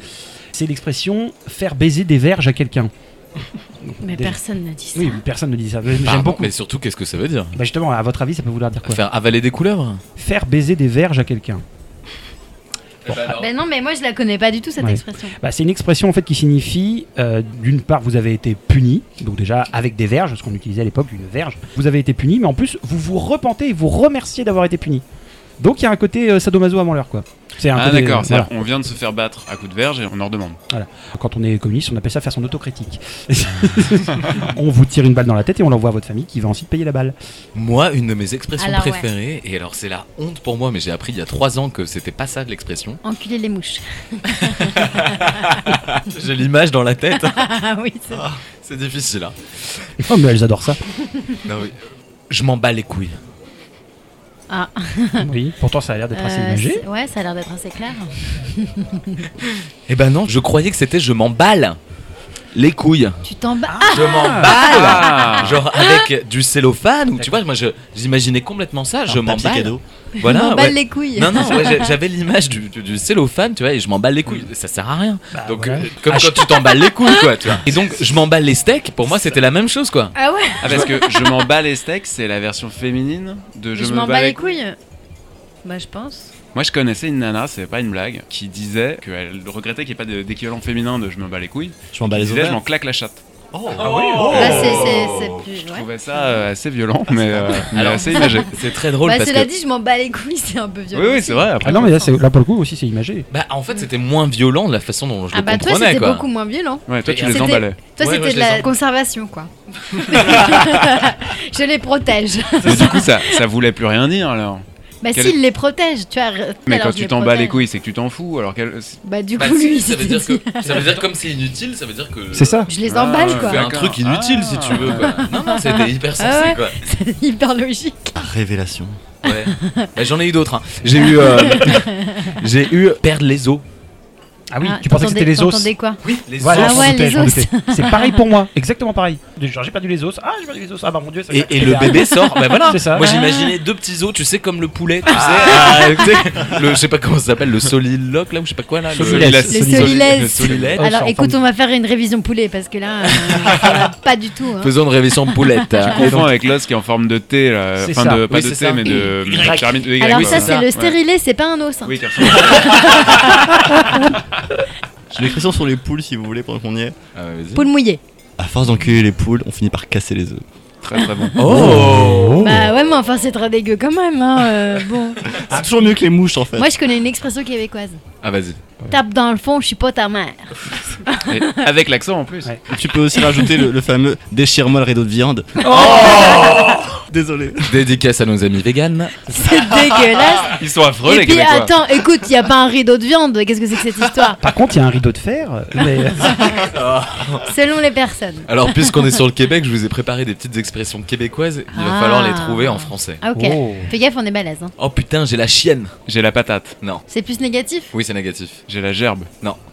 [SPEAKER 5] C'est l'expression faire baiser des verges à quelqu'un.
[SPEAKER 9] Mais
[SPEAKER 5] Des-
[SPEAKER 9] personne n'a dit ça.
[SPEAKER 5] Oui, mais personne ne dit ça. Mais
[SPEAKER 7] pardon,
[SPEAKER 5] J'aime beaucoup.
[SPEAKER 7] Mais surtout, qu'est-ce que ça veut dire
[SPEAKER 5] Bah justement, à votre avis, ça peut vouloir dire quoi
[SPEAKER 7] Faire avaler des couleuvres
[SPEAKER 5] Faire baiser des verges à quelqu'un. Eh
[SPEAKER 7] Oh.
[SPEAKER 9] Ben non, mais moi, je la connais pas du tout, cette
[SPEAKER 5] Ouais.
[SPEAKER 9] expression.
[SPEAKER 5] Bah, c'est une expression en fait qui signifie euh, d'une part vous avez été puni, donc déjà avec des verges, ce qu'on utilisait à l'époque, une verge. Vous avez été puni, mais en plus vous vous repentez et vous remerciez d'avoir été puni. Donc il y a un côté euh, sadomaso avant l'heure quoi. C'est un
[SPEAKER 8] Ah
[SPEAKER 5] peu des-
[SPEAKER 8] d'accord,
[SPEAKER 5] voilà. Ah,
[SPEAKER 8] c'est-à-dire on vient de se faire battre à coups de verge et on en redemande.
[SPEAKER 5] Quand on est communiste, on appelle ça faire son autocritique. on vous tire une balle dans la tête et on l'envoie à votre famille qui va ensuite payer la balle.
[SPEAKER 7] Moi, une de mes expressions
[SPEAKER 9] Alors, ouais.
[SPEAKER 7] préférées, et alors c'est la honte pour moi, mais j'ai appris il y a trois ans que c'était pas ça l'expression.
[SPEAKER 9] Enculer les mouches.
[SPEAKER 7] J'ai l'image dans la tête,
[SPEAKER 9] Ah oui, c'est vrai.
[SPEAKER 7] c'est difficile. Hein.
[SPEAKER 5] Oh, mais elles adorent ça.
[SPEAKER 7] Non, oui. Je m'en bats les couilles.
[SPEAKER 9] Ah,
[SPEAKER 5] oui. Pourtant, ça a l'air d'être assez
[SPEAKER 9] euh,
[SPEAKER 5] imagé.
[SPEAKER 9] c'est- ouais, ça a l'air d'être assez clair.
[SPEAKER 7] Eh ben non, je croyais que c'était je m'emballe les couilles.
[SPEAKER 9] Tu t'en bats.
[SPEAKER 7] Je m'emballe Genre avec du cellophane, ou tu vois, moi je- j'imaginais complètement ça, je
[SPEAKER 10] Un papier
[SPEAKER 7] m'emballe.
[SPEAKER 10] cadeau.
[SPEAKER 9] Ah,
[SPEAKER 7] Voilà,
[SPEAKER 9] m'en bats
[SPEAKER 7] ouais.
[SPEAKER 9] les couilles.
[SPEAKER 7] Non, non, ouais, j'ai- j'avais l'image du, du- du cellophane, tu vois, et je m'emballe les couilles. Ça sert à rien. donc,
[SPEAKER 5] voilà.
[SPEAKER 7] euh, comme quand tu t'emballes les couilles, quoi, tu vois. Et donc, je m'emballe les steaks, pour moi, c'était la même chose, quoi.
[SPEAKER 9] Ah ouais,
[SPEAKER 8] Ah, parce que je m'en bats les steaks, c'est la version féminine de
[SPEAKER 9] je,
[SPEAKER 8] je, me
[SPEAKER 9] m'en
[SPEAKER 8] bats
[SPEAKER 9] bats
[SPEAKER 8] les
[SPEAKER 9] les couilles. Bah, je pense.
[SPEAKER 8] Moi, je connaissais une nana, c'est pas une blague, qui disait qu'elle regrettait qu'il n'y ait pas de- d'équivalent féminin de je me bats les couilles.
[SPEAKER 10] Je
[SPEAKER 5] Bah,
[SPEAKER 10] m'en bats
[SPEAKER 8] Elle
[SPEAKER 10] les
[SPEAKER 8] disait je m'en
[SPEAKER 10] ovaires.
[SPEAKER 8] claque la chatte.
[SPEAKER 9] Bah, c'est- c'est c'est plus.
[SPEAKER 8] Je
[SPEAKER 9] ouais. Ah,
[SPEAKER 8] trouvais ça euh, assez violent, mais, euh, mais
[SPEAKER 7] Alors-
[SPEAKER 8] assez imagé.
[SPEAKER 7] C'est très drôle
[SPEAKER 9] Bah,
[SPEAKER 7] parce
[SPEAKER 9] cela
[SPEAKER 7] que.
[SPEAKER 9] dit, je m'en bats les couilles, c'est un peu violent.
[SPEAKER 8] Oui, oui, c'est vrai.
[SPEAKER 5] Ah
[SPEAKER 8] Après,
[SPEAKER 5] non, mais là, c'est- là, pour le coup, aussi, c'est imagé.
[SPEAKER 7] Bah, en fait, c'était moins violent de la façon dont je
[SPEAKER 9] Ah
[SPEAKER 7] le
[SPEAKER 9] bah, toi,
[SPEAKER 7] comprenais,
[SPEAKER 9] c'était
[SPEAKER 7] quoi.
[SPEAKER 9] beaucoup moins violent.
[SPEAKER 8] ouais, toi, tu
[SPEAKER 7] C'était-
[SPEAKER 8] les emballais.
[SPEAKER 9] Toi,
[SPEAKER 7] Ouais, moi,
[SPEAKER 9] c'était
[SPEAKER 7] je
[SPEAKER 9] de
[SPEAKER 7] les
[SPEAKER 9] la
[SPEAKER 7] en-
[SPEAKER 9] conservation, quoi. je les protège.
[SPEAKER 8] Mais du coup, ça, ça voulait plus rien dire alors.
[SPEAKER 9] Bah,
[SPEAKER 8] Quel-
[SPEAKER 9] s'il les protège, tu as.
[SPEAKER 8] Mais
[SPEAKER 9] alors,
[SPEAKER 8] quand
[SPEAKER 9] je
[SPEAKER 8] tu t'en bats
[SPEAKER 9] protège.
[SPEAKER 8] les couilles, c'est que tu t'en fous. Alors qu'elle.
[SPEAKER 9] Bah, du coup,
[SPEAKER 7] Bah,
[SPEAKER 9] lui,
[SPEAKER 7] si, ça veut
[SPEAKER 9] c'était
[SPEAKER 7] dire que.
[SPEAKER 9] dit,
[SPEAKER 7] Ça veut dire comme c'est inutile, ça veut dire que.
[SPEAKER 5] C'est ça.
[SPEAKER 9] Je les emballe,
[SPEAKER 8] Ah,
[SPEAKER 9] quoi.
[SPEAKER 7] Fais un
[SPEAKER 8] D'accord.
[SPEAKER 7] truc inutile si tu veux, quoi. Non, non, c'était hyper sensé,
[SPEAKER 9] Ah ouais.
[SPEAKER 7] quoi.
[SPEAKER 9] C'est hyper logique.
[SPEAKER 10] Ah, Révélation.
[SPEAKER 7] Ouais. Bah, J'en ai eu d'autres. hein. J'ai eu, euh, j'ai eu perdre les os.
[SPEAKER 5] Ah oui,
[SPEAKER 9] Ah,
[SPEAKER 5] tu pensais que c'était
[SPEAKER 9] t'entendais-
[SPEAKER 5] les os.
[SPEAKER 9] t'entendais quoi
[SPEAKER 7] Oui, les
[SPEAKER 5] Voilà,
[SPEAKER 9] Ah
[SPEAKER 5] je
[SPEAKER 9] ouais,
[SPEAKER 5] m'en doutais,
[SPEAKER 9] les
[SPEAKER 5] je m'en
[SPEAKER 9] os.
[SPEAKER 5] doutais. C'est pareil pour moi, exactement pareil. Genre, j'ai perdu les os. Ah, j'ai perdu les os. Ah bah mon dieu, ça
[SPEAKER 7] Et,
[SPEAKER 5] fait-
[SPEAKER 7] et le bébé sort. Bah voilà.
[SPEAKER 5] C'est ça.
[SPEAKER 7] Moi j'imaginais deux petits os, tu sais comme le poulet, tu sais, euh, tu sais, le je sais pas comment ça s'appelle, le soliloque là ou je sais pas quoi là. le- Le
[SPEAKER 5] Solilès.
[SPEAKER 9] Les
[SPEAKER 5] Solilès.
[SPEAKER 9] solilès.
[SPEAKER 7] le solilès.
[SPEAKER 5] Oh, je
[SPEAKER 9] Alors,
[SPEAKER 5] suis en
[SPEAKER 9] écoute,
[SPEAKER 5] forme.
[SPEAKER 9] on va faire une révision poulet parce que là, euh, ça va pas du tout. hein.
[SPEAKER 7] Faisons une révision poulette. hein.
[SPEAKER 8] Tu confonds avec l'os qui est en forme de T, là.
[SPEAKER 5] C'est
[SPEAKER 8] Enfin,
[SPEAKER 5] ça.
[SPEAKER 8] de, pas
[SPEAKER 7] Oui,
[SPEAKER 8] de
[SPEAKER 7] c'est
[SPEAKER 8] T,
[SPEAKER 7] ça.
[SPEAKER 8] mais de
[SPEAKER 7] Y.
[SPEAKER 8] pyramide de Y,
[SPEAKER 9] Alors,
[SPEAKER 8] quoi.
[SPEAKER 9] ça, c'est le
[SPEAKER 7] Ouais.
[SPEAKER 9] stérilet, c'est pas un os. hein.
[SPEAKER 8] Oui, car-
[SPEAKER 10] J'ai l'expression sur les poules si vous voulez pendant qu'on y est.
[SPEAKER 7] Ah, ouais, vas-y.
[SPEAKER 9] Poule mouillée.
[SPEAKER 10] À force d'enculer les poules, on finit par casser les œufs.
[SPEAKER 8] très très bon.
[SPEAKER 7] Oh.
[SPEAKER 9] Bah, ouais, mais enfin, c'est très dégueu quand même. hein, euh, bon.
[SPEAKER 10] C'est toujours mieux que les mouches en fait.
[SPEAKER 9] Moi, je connais une expression québécoise.
[SPEAKER 7] Ah vas-y.
[SPEAKER 9] Tape dans le fond, je suis pas ta mère.
[SPEAKER 8] Et avec l'accent en plus.
[SPEAKER 5] Ouais.
[SPEAKER 10] Tu peux aussi rajouter le, le fameux déchire-moi le rideau de viande.
[SPEAKER 9] Oh
[SPEAKER 10] Désolé.
[SPEAKER 7] Dédicace à nos amis véganes.
[SPEAKER 9] C'est dégueulasse.
[SPEAKER 8] Ils sont affreux,
[SPEAKER 9] Et
[SPEAKER 8] Oh, les
[SPEAKER 9] puis
[SPEAKER 8] Québécois.
[SPEAKER 9] attends, écoute, y a pas un rideau de viande. Qu'est-ce que c'est que cette histoire
[SPEAKER 5] Par contre, il y a un rideau de fer. Mais...
[SPEAKER 9] Selon les personnes.
[SPEAKER 7] Alors puisqu'on est sur le Québec, je vous ai préparé des petites expressions québécoises. Il va
[SPEAKER 9] Ah.
[SPEAKER 7] falloir les trouver en français.
[SPEAKER 9] Ah ok.
[SPEAKER 5] Oh.
[SPEAKER 9] Fais gaffe, on est balèze. hein.
[SPEAKER 7] Oh putain, j'ai la chienne.
[SPEAKER 8] J'ai la patate,
[SPEAKER 7] Non.
[SPEAKER 9] C'est plus négatif.
[SPEAKER 7] Oui, c'est négatif.
[SPEAKER 8] j'ai la gerbe.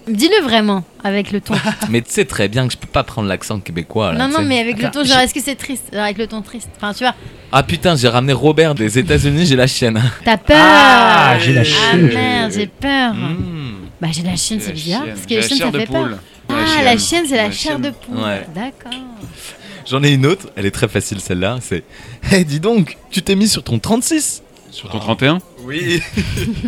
[SPEAKER 9] Dis-le vraiment avec le ton.
[SPEAKER 7] Mais tu sais très bien que je peux pas prendre l'accent québécois. là,
[SPEAKER 9] non
[SPEAKER 7] tu
[SPEAKER 9] non,
[SPEAKER 7] sais.
[SPEAKER 9] mais avec le
[SPEAKER 5] Attends,
[SPEAKER 9] ton, genre est-ce que c'est triste Genre, Avec le ton triste. Enfin, tu vois,
[SPEAKER 7] Ah putain, j'ai ramené Robert des États-Unis, j'ai la chienne. hein.
[SPEAKER 9] t'as peur.
[SPEAKER 5] Ah, j'ai la
[SPEAKER 9] Ah,
[SPEAKER 5] chienne.
[SPEAKER 9] merde, j'ai peur.
[SPEAKER 7] Mmh.
[SPEAKER 9] Bah j'ai la chienne,
[SPEAKER 8] J'ai
[SPEAKER 9] c'est
[SPEAKER 8] la
[SPEAKER 9] bizarre
[SPEAKER 8] chienne.
[SPEAKER 9] parce que
[SPEAKER 8] J'ai
[SPEAKER 9] la
[SPEAKER 8] la
[SPEAKER 9] chienne ça
[SPEAKER 8] chair de
[SPEAKER 9] fait peur.
[SPEAKER 8] poule.
[SPEAKER 9] Ah la chienne, c'est la chair de poule.
[SPEAKER 7] Ouais.
[SPEAKER 9] D'accord.
[SPEAKER 7] J'en ai une autre, elle est très facile celle-là, c'est Eh dis donc, tu t'es mis sur ton 36
[SPEAKER 8] Sur ton 31,
[SPEAKER 7] Oui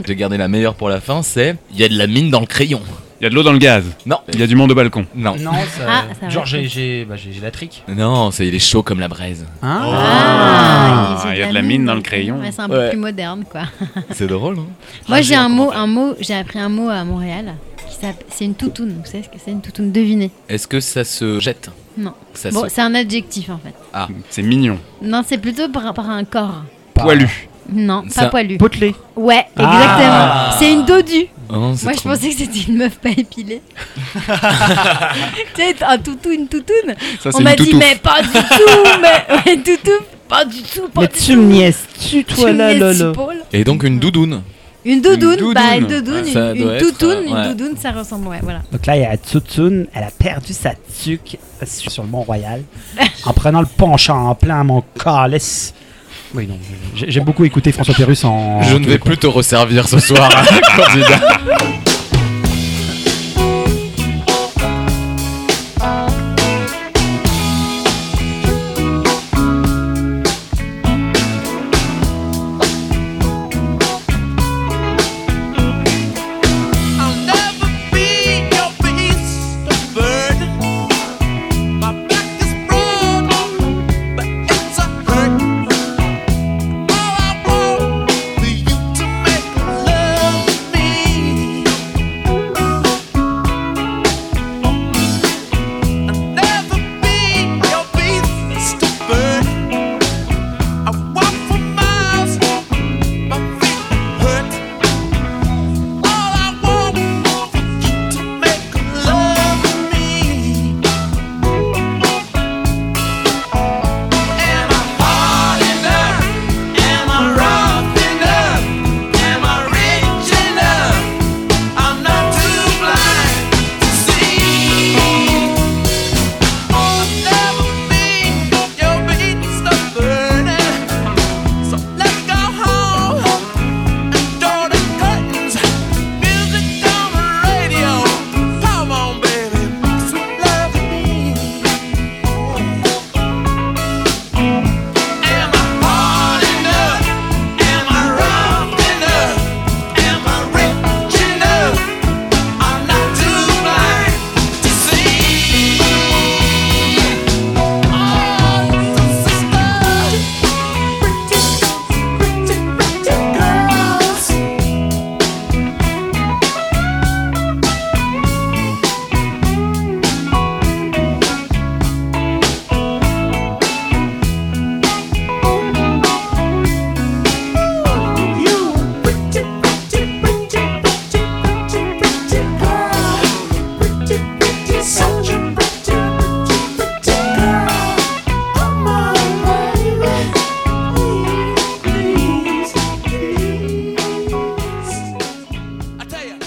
[SPEAKER 7] J'ai gardé la meilleure pour la fin, c'est Il y a de la mine dans le crayon.
[SPEAKER 8] il y a de l'eau dans le gaz.
[SPEAKER 7] Non,
[SPEAKER 8] Il y a du monde au balcon.
[SPEAKER 7] non.
[SPEAKER 5] Non,
[SPEAKER 9] Ah, ça va.
[SPEAKER 5] genre j'ai j'ai bah, j'ai j'ai la trique. Hein
[SPEAKER 7] Non, c'est il est chaud comme la braise.
[SPEAKER 5] Oh.
[SPEAKER 9] Ah,
[SPEAKER 8] il y a de la mine dans le crayon.
[SPEAKER 9] Ouais, c'est un peu
[SPEAKER 7] Ouais.
[SPEAKER 9] plus moderne quoi.
[SPEAKER 7] C'est drôle, hein
[SPEAKER 9] Moi,
[SPEAKER 7] Rager
[SPEAKER 9] j'ai un
[SPEAKER 7] en
[SPEAKER 9] mot,
[SPEAKER 7] commentaire.
[SPEAKER 9] un mot, j'ai appris un mot à Montréal. qui s'appelle- C'est une toutoune. Vous savez ce que c'est une toutoune Devinez.
[SPEAKER 7] Est-ce que ça se jette
[SPEAKER 9] Non.
[SPEAKER 7] Ça
[SPEAKER 9] bon,
[SPEAKER 7] se...
[SPEAKER 9] c'est un adjectif en fait.
[SPEAKER 8] C'est mignon.
[SPEAKER 9] Non, c'est plutôt par rapport à un corps.
[SPEAKER 8] Poilu.
[SPEAKER 9] Non, pas
[SPEAKER 7] C'est un-
[SPEAKER 9] poilu.
[SPEAKER 5] Potelé.
[SPEAKER 9] Ouais, exactement.
[SPEAKER 5] Ah.
[SPEAKER 9] C'est une dodue.
[SPEAKER 7] Oh, c'est
[SPEAKER 9] Moi, je
[SPEAKER 7] trop-
[SPEAKER 9] pensais que c'était une meuf pas épilée. tu sais, un toutou, une toutoune.
[SPEAKER 8] Ça, c'est
[SPEAKER 9] On m'a
[SPEAKER 8] une
[SPEAKER 9] dit,
[SPEAKER 8] toutouf.
[SPEAKER 9] mais pas du tout, mais ouais, toutou, pas du tout, pas du tout.
[SPEAKER 5] nièces, tue-toi
[SPEAKER 9] Tu me laisses sous Paul.
[SPEAKER 7] Et donc une doudoune.
[SPEAKER 9] Une doudoune,
[SPEAKER 8] doudoune.
[SPEAKER 9] bah une doudoune,
[SPEAKER 7] Ouais, ça
[SPEAKER 9] une,
[SPEAKER 7] doit
[SPEAKER 9] une
[SPEAKER 7] être,
[SPEAKER 9] toutoune,
[SPEAKER 7] euh,
[SPEAKER 9] une
[SPEAKER 7] ouais.
[SPEAKER 9] doudoune, ça ressemble, ouais, voilà.
[SPEAKER 5] Donc là, il y a Tsutsun, elle a perdu sa tuque sur le Mont-Royal en prenant le penchant en plein mon calice. Oui, non, j'ai- j'aime beaucoup écouter François Pérus en.
[SPEAKER 7] je ne vais plus te resservir ce soir, hein, candidat.
[SPEAKER 11] All I want for you to make love me.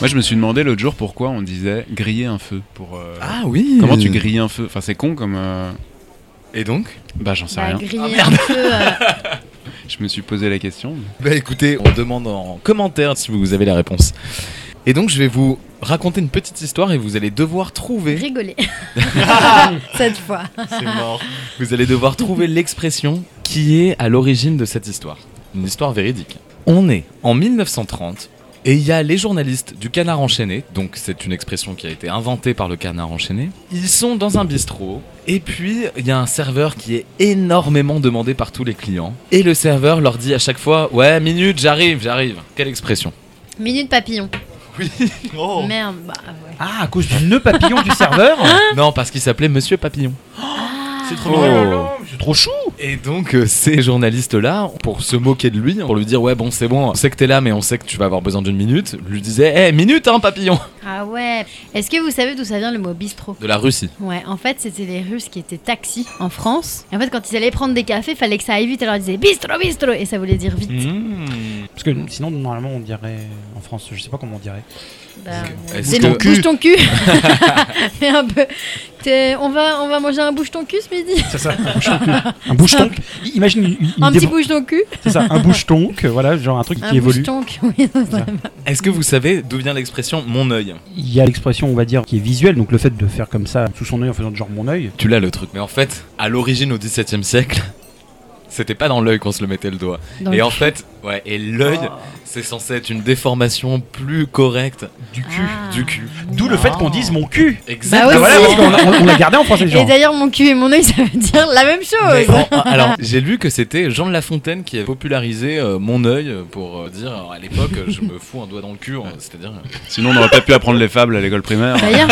[SPEAKER 8] Moi, je me suis demandé l'autre jour pourquoi on disait griller un feu. Pour, euh,
[SPEAKER 7] Ah oui
[SPEAKER 8] Comment tu grilles un feu Enfin, c'est con comme. euh,
[SPEAKER 7] Et donc
[SPEAKER 8] Bah, j'en sais
[SPEAKER 9] Bah,
[SPEAKER 8] rien.
[SPEAKER 9] griller un peu. euh,
[SPEAKER 8] Je me suis posé la question.
[SPEAKER 7] Bah écoutez, on demande en commentaire si vous avez la réponse. Et donc je vais vous raconter une petite histoire et vous allez devoir trouver,
[SPEAKER 9] rigoler. Cette fois.
[SPEAKER 10] C'est mort.
[SPEAKER 7] vous allez devoir trouver l'expression qui est à l'origine de cette histoire. Une histoire véridique. On est en 1930 et il y a les journalistes du Canard enchaîné, donc c'est une expression qui a été inventée par le Canard enchaîné. Ils sont dans un bistrot et puis il y a un serveur qui est énormément demandé par tous les clients et le serveur leur dit à chaque fois "Ouais, minute, j'arrive, j'arrive." Quelle expression
[SPEAKER 9] Minute papillon.
[SPEAKER 10] Oh.
[SPEAKER 9] Merde, bah ouais.
[SPEAKER 5] Ah, à cause du nœud papillon du serveur
[SPEAKER 9] Hein
[SPEAKER 7] Non, parce qu'il s'appelait Monsieur Papillon.
[SPEAKER 9] Ah.
[SPEAKER 10] C'est trop
[SPEAKER 5] Oh là
[SPEAKER 10] mignon.
[SPEAKER 5] là, C'est trop chou
[SPEAKER 7] Et donc euh, ces journalistes-là, pour se moquer de lui, pour lui dire ouais bon c'est bon, on sait que t'es là mais on sait que tu vas avoir besoin d'une minute, lui disaient Eh, minute hein papillon
[SPEAKER 9] Ah ouais. Est-ce que vous savez d'où ça vient le mot bistrot
[SPEAKER 7] De la Russie.
[SPEAKER 9] Ouais, en fait, c'était les Russes qui étaient taxis en France. Et en fait, quand ils allaient prendre des cafés, fallait que ça aille vite. Alors ils disaient bistrot, bistrot, et ça voulait dire vite.
[SPEAKER 7] Mmh. Hmm.
[SPEAKER 5] Parce que sinon, normalement, on dirait en France, je sais pas comment on dirait.
[SPEAKER 9] Bah,
[SPEAKER 7] Est-ce
[SPEAKER 9] c'est
[SPEAKER 7] que-
[SPEAKER 9] non, bouge ton cul. Mais un peu. T'es- On va, on va manger un bouge ton cul ce midi.
[SPEAKER 5] C'est ça, un boucheton. un boucheton. I- Imagine, il, il
[SPEAKER 9] un petit
[SPEAKER 5] débr-
[SPEAKER 9] bouge ton cul.
[SPEAKER 5] C'est ça, un boucheton, que voilà, genre un truc
[SPEAKER 9] Un
[SPEAKER 5] qui évolue.
[SPEAKER 9] bouge ton cul. Oui, non, ça-
[SPEAKER 7] Est-ce que vous savez d'où vient l'expression mon œil
[SPEAKER 5] Il y a l'expression, on va dire, qui est visuelle, donc le fait de faire comme ça, sous son œil, en faisant genre mon œil.
[SPEAKER 7] Tu l'as le truc. Mais en fait, à l'origine au XVIIe siècle, c'était pas dans l'œil qu'on se le mettait le doigt.
[SPEAKER 9] Dans
[SPEAKER 7] et
[SPEAKER 9] le Oh.
[SPEAKER 7] en fait, ouais, et l'œil, c'est censé être une déformation plus correcte
[SPEAKER 5] Du cul.
[SPEAKER 9] Ah.
[SPEAKER 7] du cul.
[SPEAKER 5] D'où le fait qu'on dise mon cul. Ah
[SPEAKER 7] Exactement.
[SPEAKER 9] Bah ouais,
[SPEAKER 5] Voilà,
[SPEAKER 9] si.
[SPEAKER 5] parce qu'on l'a- on l'a gardé en français,
[SPEAKER 9] Et
[SPEAKER 5] genre.
[SPEAKER 9] d'ailleurs, mon cul et mon œil, ça veut dire la même
[SPEAKER 7] Mais
[SPEAKER 9] chose.
[SPEAKER 7] en- en- alors, j'ai lu que c'était Jean de La Fontaine qui a popularisé euh, mon œil euh, pour euh, dire alors, à l'époque euh, je me fous un doigt dans le cul, euh, c'est-à-dire euh,
[SPEAKER 8] Sinon, on n'aurait pas pu apprendre les fables à l'école primaire.
[SPEAKER 9] D'ailleurs,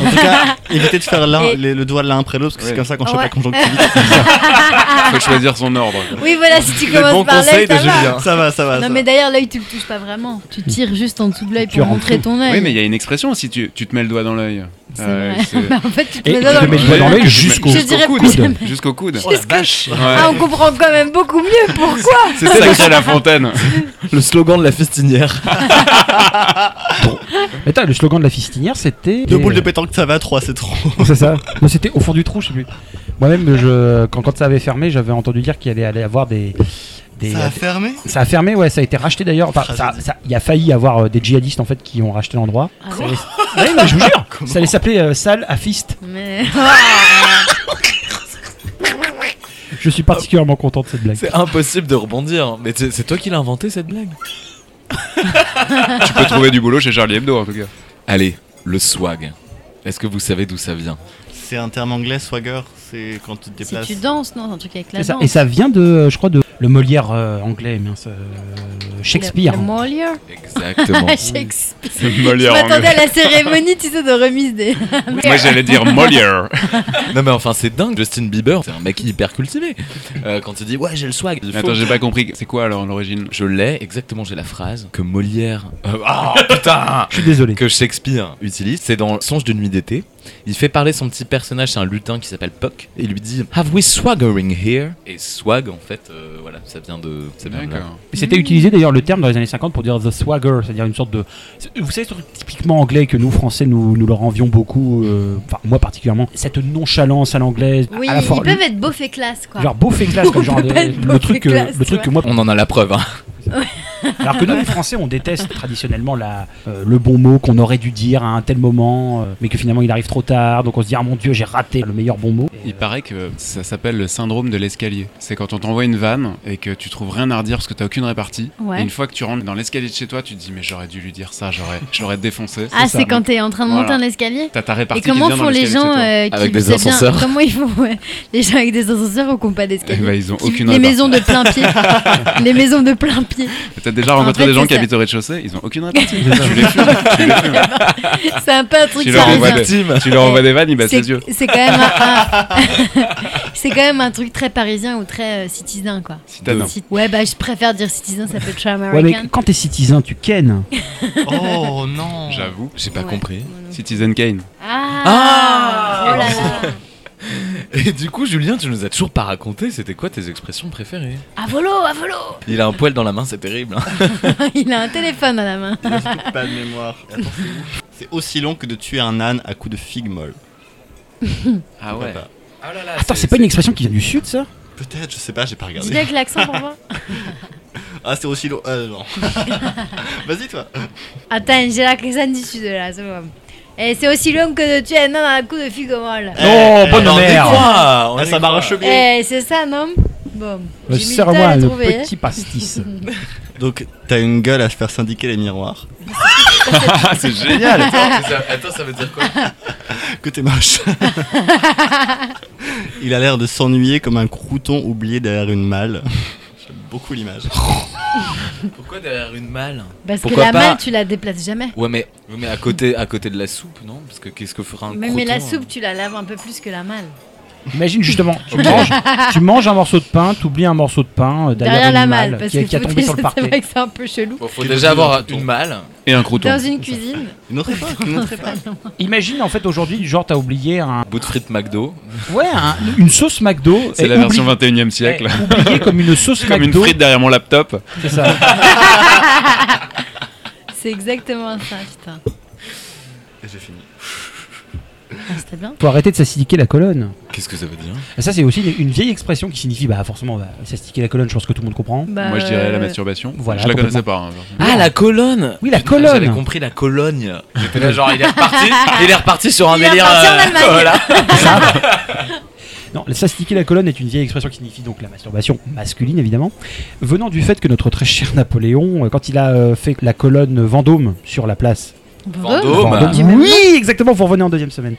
[SPEAKER 10] En tout cas, évitez de faire l'un,
[SPEAKER 9] Et-
[SPEAKER 10] les- le doigt l'un après l'autre parce que
[SPEAKER 8] Ouais.
[SPEAKER 10] c'est comme ça qu'on chope
[SPEAKER 9] Ouais.
[SPEAKER 10] la conjonctivite.
[SPEAKER 8] faut choisir son ordre.
[SPEAKER 9] oui, voilà, si tu
[SPEAKER 7] les
[SPEAKER 9] commences
[SPEAKER 7] bons
[SPEAKER 9] par
[SPEAKER 7] conseils
[SPEAKER 9] l'œil,
[SPEAKER 7] de
[SPEAKER 9] ça va.
[SPEAKER 7] Julien.
[SPEAKER 10] ça va, ça va. ça
[SPEAKER 9] Non, mais d'ailleurs, l'œil, tu le touches pas vraiment. Tu tires juste en dessous de l'œil
[SPEAKER 5] Tu
[SPEAKER 9] pour
[SPEAKER 5] rentres.
[SPEAKER 9] montrer ton œil.
[SPEAKER 8] Oui, mais il y a une expression aussi, tu, tu te mets le doigt dans l'œil.
[SPEAKER 9] C'est
[SPEAKER 8] Euh,
[SPEAKER 9] vrai.
[SPEAKER 8] c'est-
[SPEAKER 9] Bah, En fait, tu te
[SPEAKER 5] Et
[SPEAKER 9] mets
[SPEAKER 5] tu
[SPEAKER 9] dans
[SPEAKER 5] te
[SPEAKER 9] l'œil.
[SPEAKER 5] mets le doigt dans l'œil jusqu'au
[SPEAKER 9] Je dirais
[SPEAKER 5] coude.
[SPEAKER 9] plus jamais.
[SPEAKER 8] Jusqu'au coude.
[SPEAKER 7] Oh la vache
[SPEAKER 9] Ah, on comprend quand même beaucoup mieux pourquoi.
[SPEAKER 8] C'est sacré la fontaine.
[SPEAKER 7] Le slogan de la festinière.
[SPEAKER 5] Mais attends, le slogan de la fistinière, c'était.
[SPEAKER 10] Deux boules de pétanque, ça va, trois, c'est trop.
[SPEAKER 5] Oh, c'est ça. Moi, c'était au fond du trou, je sais plus. Moi-même, je, quand, quand ça avait fermé, j'avais entendu dire qu'il allait, allait avoir des. des
[SPEAKER 10] Ça a fermé
[SPEAKER 5] ça a fermé, ouais, ça a été racheté d'ailleurs. Enfin,
[SPEAKER 10] Ah,
[SPEAKER 5] ça-
[SPEAKER 10] c'est-
[SPEAKER 5] ça- il y a failli avoir euh, des djihadistes en fait qui ont racheté l'endroit.
[SPEAKER 9] Ah
[SPEAKER 5] Ça allait- Ouais, mais je vous jure, ça allait s'appeler euh, salle à fist.
[SPEAKER 9] Mais
[SPEAKER 5] Je suis particulièrement content de cette blague.
[SPEAKER 7] C'est impossible de rebondir. hein. Mais c'est c'est toi qui l'as inventé cette blague
[SPEAKER 8] tu peux trouver du boulot chez Charlie Hebdo en tout cas.
[SPEAKER 7] Allez, le swag. Est-ce que vous savez d'où ça vient
[SPEAKER 10] C'est un terme anglais, swagger. C'est quand tu te
[SPEAKER 9] si
[SPEAKER 10] déplaces.
[SPEAKER 9] tu danses, non, c'est un truc avec la
[SPEAKER 5] C'est ça.
[SPEAKER 9] danse.
[SPEAKER 5] Et ça vient de, euh, je crois, de le Molière euh, anglais, mince, euh, Shakespeare.
[SPEAKER 9] Le, le Molière.
[SPEAKER 7] Exactement.
[SPEAKER 9] Ah, Shakespeare.
[SPEAKER 8] C'est
[SPEAKER 9] Je
[SPEAKER 8] Molière hein,
[SPEAKER 9] m'attendais à la cérémonie, tu sais, de remise des.
[SPEAKER 8] Moi j'allais dire Molière.
[SPEAKER 7] non mais enfin c'est dingue, Justin Bieber, c'est un mec hyper cultivé. Euh, quand il dit ouais j'ai le swag, il faut-
[SPEAKER 8] Attends, j'ai pas compris. C'est quoi alors l'origine
[SPEAKER 7] je l'ai exactement, j'ai la phrase que Molière... Euh, ah, putain
[SPEAKER 5] Je suis
[SPEAKER 9] Mm.
[SPEAKER 5] désolé.
[SPEAKER 7] que Shakespeare utilise, c'est dans Songe de nuit d'été. Il fait parler son petit personnage, c'est un lutin qui s'appelle Puck, et il lui dit Have we swaggering here Et swag, en fait, euh, voilà, ça vient de. Ça vient de là.
[SPEAKER 8] D'accord.
[SPEAKER 5] C'était utilisé d'ailleurs le terme dans les années 50 pour dire the swagger, c'est-à-dire une sorte de. c'est- Vous savez, ce truc typiquement anglais que nous français nous, nous leur envions beaucoup, euh, enfin moi particulièrement, cette nonchalance à l'anglaise,
[SPEAKER 9] Oui,
[SPEAKER 5] à la
[SPEAKER 9] ils
[SPEAKER 5] fois.
[SPEAKER 9] peuvent être beauf et classe, quoi.
[SPEAKER 5] Genre beau fait classe, comme
[SPEAKER 9] On
[SPEAKER 5] genre le,
[SPEAKER 9] peut pas être
[SPEAKER 5] le
[SPEAKER 9] beau fait
[SPEAKER 5] truc, que,
[SPEAKER 9] classe,
[SPEAKER 5] le truc
[SPEAKER 9] tu
[SPEAKER 5] que moi.
[SPEAKER 7] On en a la preuve, hein.
[SPEAKER 5] Alors que nous, les Français, on déteste traditionnellement la, euh, le bon mot qu'on aurait dû dire à un tel moment, euh, mais que finalement il arrive trop tard, donc on se dit ah mon dieu, j'ai raté le meilleur bon mot.
[SPEAKER 8] Il paraît que ça s'appelle le syndrome de l'escalier. C'est quand on t'envoie une vanne et que tu trouves rien à redire parce que t'as aucune répartie.
[SPEAKER 9] Ouais.
[SPEAKER 8] Et une fois que tu rentres dans l'escalier de chez toi, tu te dis mais j'aurais dû lui dire ça, j'aurais, je l'aurais défoncé.
[SPEAKER 9] Ah,
[SPEAKER 5] ça.
[SPEAKER 9] c'est quand t'es en train de monter
[SPEAKER 8] Voilà.
[SPEAKER 9] un escalier.
[SPEAKER 8] T'as ta répartie
[SPEAKER 9] Et comment
[SPEAKER 8] qui vient dans
[SPEAKER 9] font les
[SPEAKER 8] l'escalier de
[SPEAKER 9] gens
[SPEAKER 8] chez toi.
[SPEAKER 9] euh, qui
[SPEAKER 7] Avec des
[SPEAKER 9] le savent bien
[SPEAKER 7] ascenseurs.
[SPEAKER 9] Comment ils font ouais. Les gens avec des ascenseurs ou qui n'ont pas
[SPEAKER 8] Eh
[SPEAKER 9] d'escalier
[SPEAKER 8] ben, ils ont
[SPEAKER 9] Qui-
[SPEAKER 8] aucune
[SPEAKER 9] Les
[SPEAKER 8] répartie.
[SPEAKER 9] maisons de plein pied. les maisons de plein pied.
[SPEAKER 8] T'as déjà rencontré
[SPEAKER 9] euh, En fait,
[SPEAKER 8] des gens
[SPEAKER 9] c'est
[SPEAKER 8] qui
[SPEAKER 9] ça.
[SPEAKER 8] habitent au rez-de-chaussée, ils ont aucune répartie. tu les fumes, tu les fumes.
[SPEAKER 9] C'est un peu un truc
[SPEAKER 8] Tu leur
[SPEAKER 9] parisien.
[SPEAKER 8] envoies des, tu leur envoies des vannes, ils battent
[SPEAKER 9] C'est-
[SPEAKER 8] les yeux.
[SPEAKER 9] C'est quand même un, un- c'est quand même un truc très parisien ou très euh, citizen quoi.
[SPEAKER 8] Citadin.
[SPEAKER 9] Cit- Ouais bah je préfère dire citizen, ça peut être
[SPEAKER 5] Ouais, mais
[SPEAKER 9] américain.
[SPEAKER 5] quand t'es citizen, tu ken.
[SPEAKER 10] Oh non
[SPEAKER 8] J'avoue.
[SPEAKER 7] J'ai pas
[SPEAKER 9] Ouais.
[SPEAKER 7] compris.
[SPEAKER 8] Citizen Kane.
[SPEAKER 9] Ah,
[SPEAKER 7] Ah
[SPEAKER 9] Oh Ah là là.
[SPEAKER 7] Et du coup, Julien, tu nous as toujours pas raconté c'était quoi tes expressions préférées.
[SPEAKER 9] À volo, à volo
[SPEAKER 7] Il a un poil dans la main, c'est terrible. hein.
[SPEAKER 9] Il a un téléphone à la main.
[SPEAKER 10] Il a surtout pas de mémoire. Attends, c'est où C'est aussi long que de tuer un âne à coups de figue molle.
[SPEAKER 7] Ah ouais.
[SPEAKER 10] Papa.
[SPEAKER 5] Attends, c'est pas une expression qui vient du sud, ça
[SPEAKER 10] Peut-être, je sais pas, j'ai pas
[SPEAKER 9] Dis-le
[SPEAKER 10] regardé.
[SPEAKER 9] avec l'accent pour voir.
[SPEAKER 10] Ah, c'est aussi long. Euh, non. Vas-y, toi.
[SPEAKER 9] Attends, j'ai l'accent du sud là, c'est bon. Et c'est aussi long que de tuer un homme à coup de figue molle.
[SPEAKER 5] Non,
[SPEAKER 10] Eh,
[SPEAKER 5] bonne
[SPEAKER 10] on y
[SPEAKER 5] mère.
[SPEAKER 10] croit, on
[SPEAKER 7] Ah,
[SPEAKER 10] y
[SPEAKER 7] ça
[SPEAKER 10] croit.
[SPEAKER 7] m'a rechopé.
[SPEAKER 9] Eh, c'est ça, non Bon.
[SPEAKER 5] Le
[SPEAKER 9] j'ai mis le temps à
[SPEAKER 5] serre-moi
[SPEAKER 9] le
[SPEAKER 5] le
[SPEAKER 9] trouver.
[SPEAKER 5] petit pastis.
[SPEAKER 9] Eh.
[SPEAKER 10] Donc, t'as une gueule à faire syndiquer les miroirs.
[SPEAKER 7] Ah, c'est génial. Attends, ça, veut dire quoi
[SPEAKER 10] Que t'es moche. Il a l'air de s'ennuyer comme un crouton oublié derrière une malle. J'aime beaucoup l'image.
[SPEAKER 7] Pourquoi derrière une malle
[SPEAKER 9] hein. Parce
[SPEAKER 7] Pourquoi
[SPEAKER 9] que la
[SPEAKER 7] pas
[SPEAKER 9] malle, tu la déplaces jamais.
[SPEAKER 7] Ouais, mais, ouais, mais à, côté, à côté de la soupe, non Parce que qu'est-ce que fera un hein.
[SPEAKER 9] Mais, mais la
[SPEAKER 7] croûton,
[SPEAKER 9] soupe, tu la laves un peu plus que la malle.
[SPEAKER 5] Imagine justement, tu, manges, tu manges un morceau de pain, t'oublies un morceau de pain euh, derrière,
[SPEAKER 9] Derrière
[SPEAKER 5] une
[SPEAKER 9] la
[SPEAKER 5] malle
[SPEAKER 9] malle, parce
[SPEAKER 5] qui,
[SPEAKER 9] que
[SPEAKER 5] qui a
[SPEAKER 9] faut
[SPEAKER 5] tombé
[SPEAKER 9] dire-
[SPEAKER 5] sur le
[SPEAKER 9] c'est
[SPEAKER 5] parquet.
[SPEAKER 9] vrai que c'est un peu chelou.
[SPEAKER 7] Bon, faut déjà avoir une malle.
[SPEAKER 8] Et un crouton.
[SPEAKER 9] Dans une cuisine.
[SPEAKER 10] Une autre époque, une autre époque.
[SPEAKER 5] Imagine en fait aujourd'hui, genre t'as oublié un,
[SPEAKER 7] Bout de frites McDo.
[SPEAKER 5] ouais, un- une sauce McDo.
[SPEAKER 8] C'est
[SPEAKER 5] et
[SPEAKER 8] la version
[SPEAKER 5] oublie-
[SPEAKER 8] 21 e siècle.
[SPEAKER 5] eh, oubliée comme une sauce
[SPEAKER 8] Comme une
[SPEAKER 5] McDo.
[SPEAKER 8] frite derrière mon laptop.
[SPEAKER 5] C'est ça.
[SPEAKER 9] C'est exactement ça, putain.
[SPEAKER 10] Et j'ai fini.
[SPEAKER 9] Ah, C'était bien.
[SPEAKER 5] Faut arrêter de s'acidiquer la colonne.
[SPEAKER 7] Qu'est-ce que ça veut dire
[SPEAKER 5] Et ça c'est aussi une vieille expression qui signifie bah forcément bah, s'astiquer la colonne. Je pense que tout le monde comprend.
[SPEAKER 9] Bah,
[SPEAKER 8] Moi, je dirais la
[SPEAKER 9] euh,
[SPEAKER 8] masturbation.
[SPEAKER 5] Voilà,
[SPEAKER 8] je la connaissais
[SPEAKER 5] complètement.
[SPEAKER 8] pas. hein.
[SPEAKER 7] Ah, la colonne
[SPEAKER 5] Oui, la
[SPEAKER 7] Putain,
[SPEAKER 5] colonne.
[SPEAKER 7] J'avais compris la Cologne. J'étais là, genre, il est reparti, il est reparti sur un
[SPEAKER 9] Il est
[SPEAKER 7] délire.
[SPEAKER 9] reparti en
[SPEAKER 7] euh,
[SPEAKER 9] Allemagne.
[SPEAKER 7] voilà.
[SPEAKER 5] Non, s'astiquer la colonne est une vieille expression qui signifie donc la masturbation masculine évidemment, venant du fait que notre très cher Napoléon, euh, quand il a euh, fait la colonne Vendôme sur la place
[SPEAKER 9] euh, Vendôme.
[SPEAKER 7] Vendôme.
[SPEAKER 5] Vendôme.
[SPEAKER 9] Du même
[SPEAKER 5] Oui, exactement, vous revenez en deuxième semaine.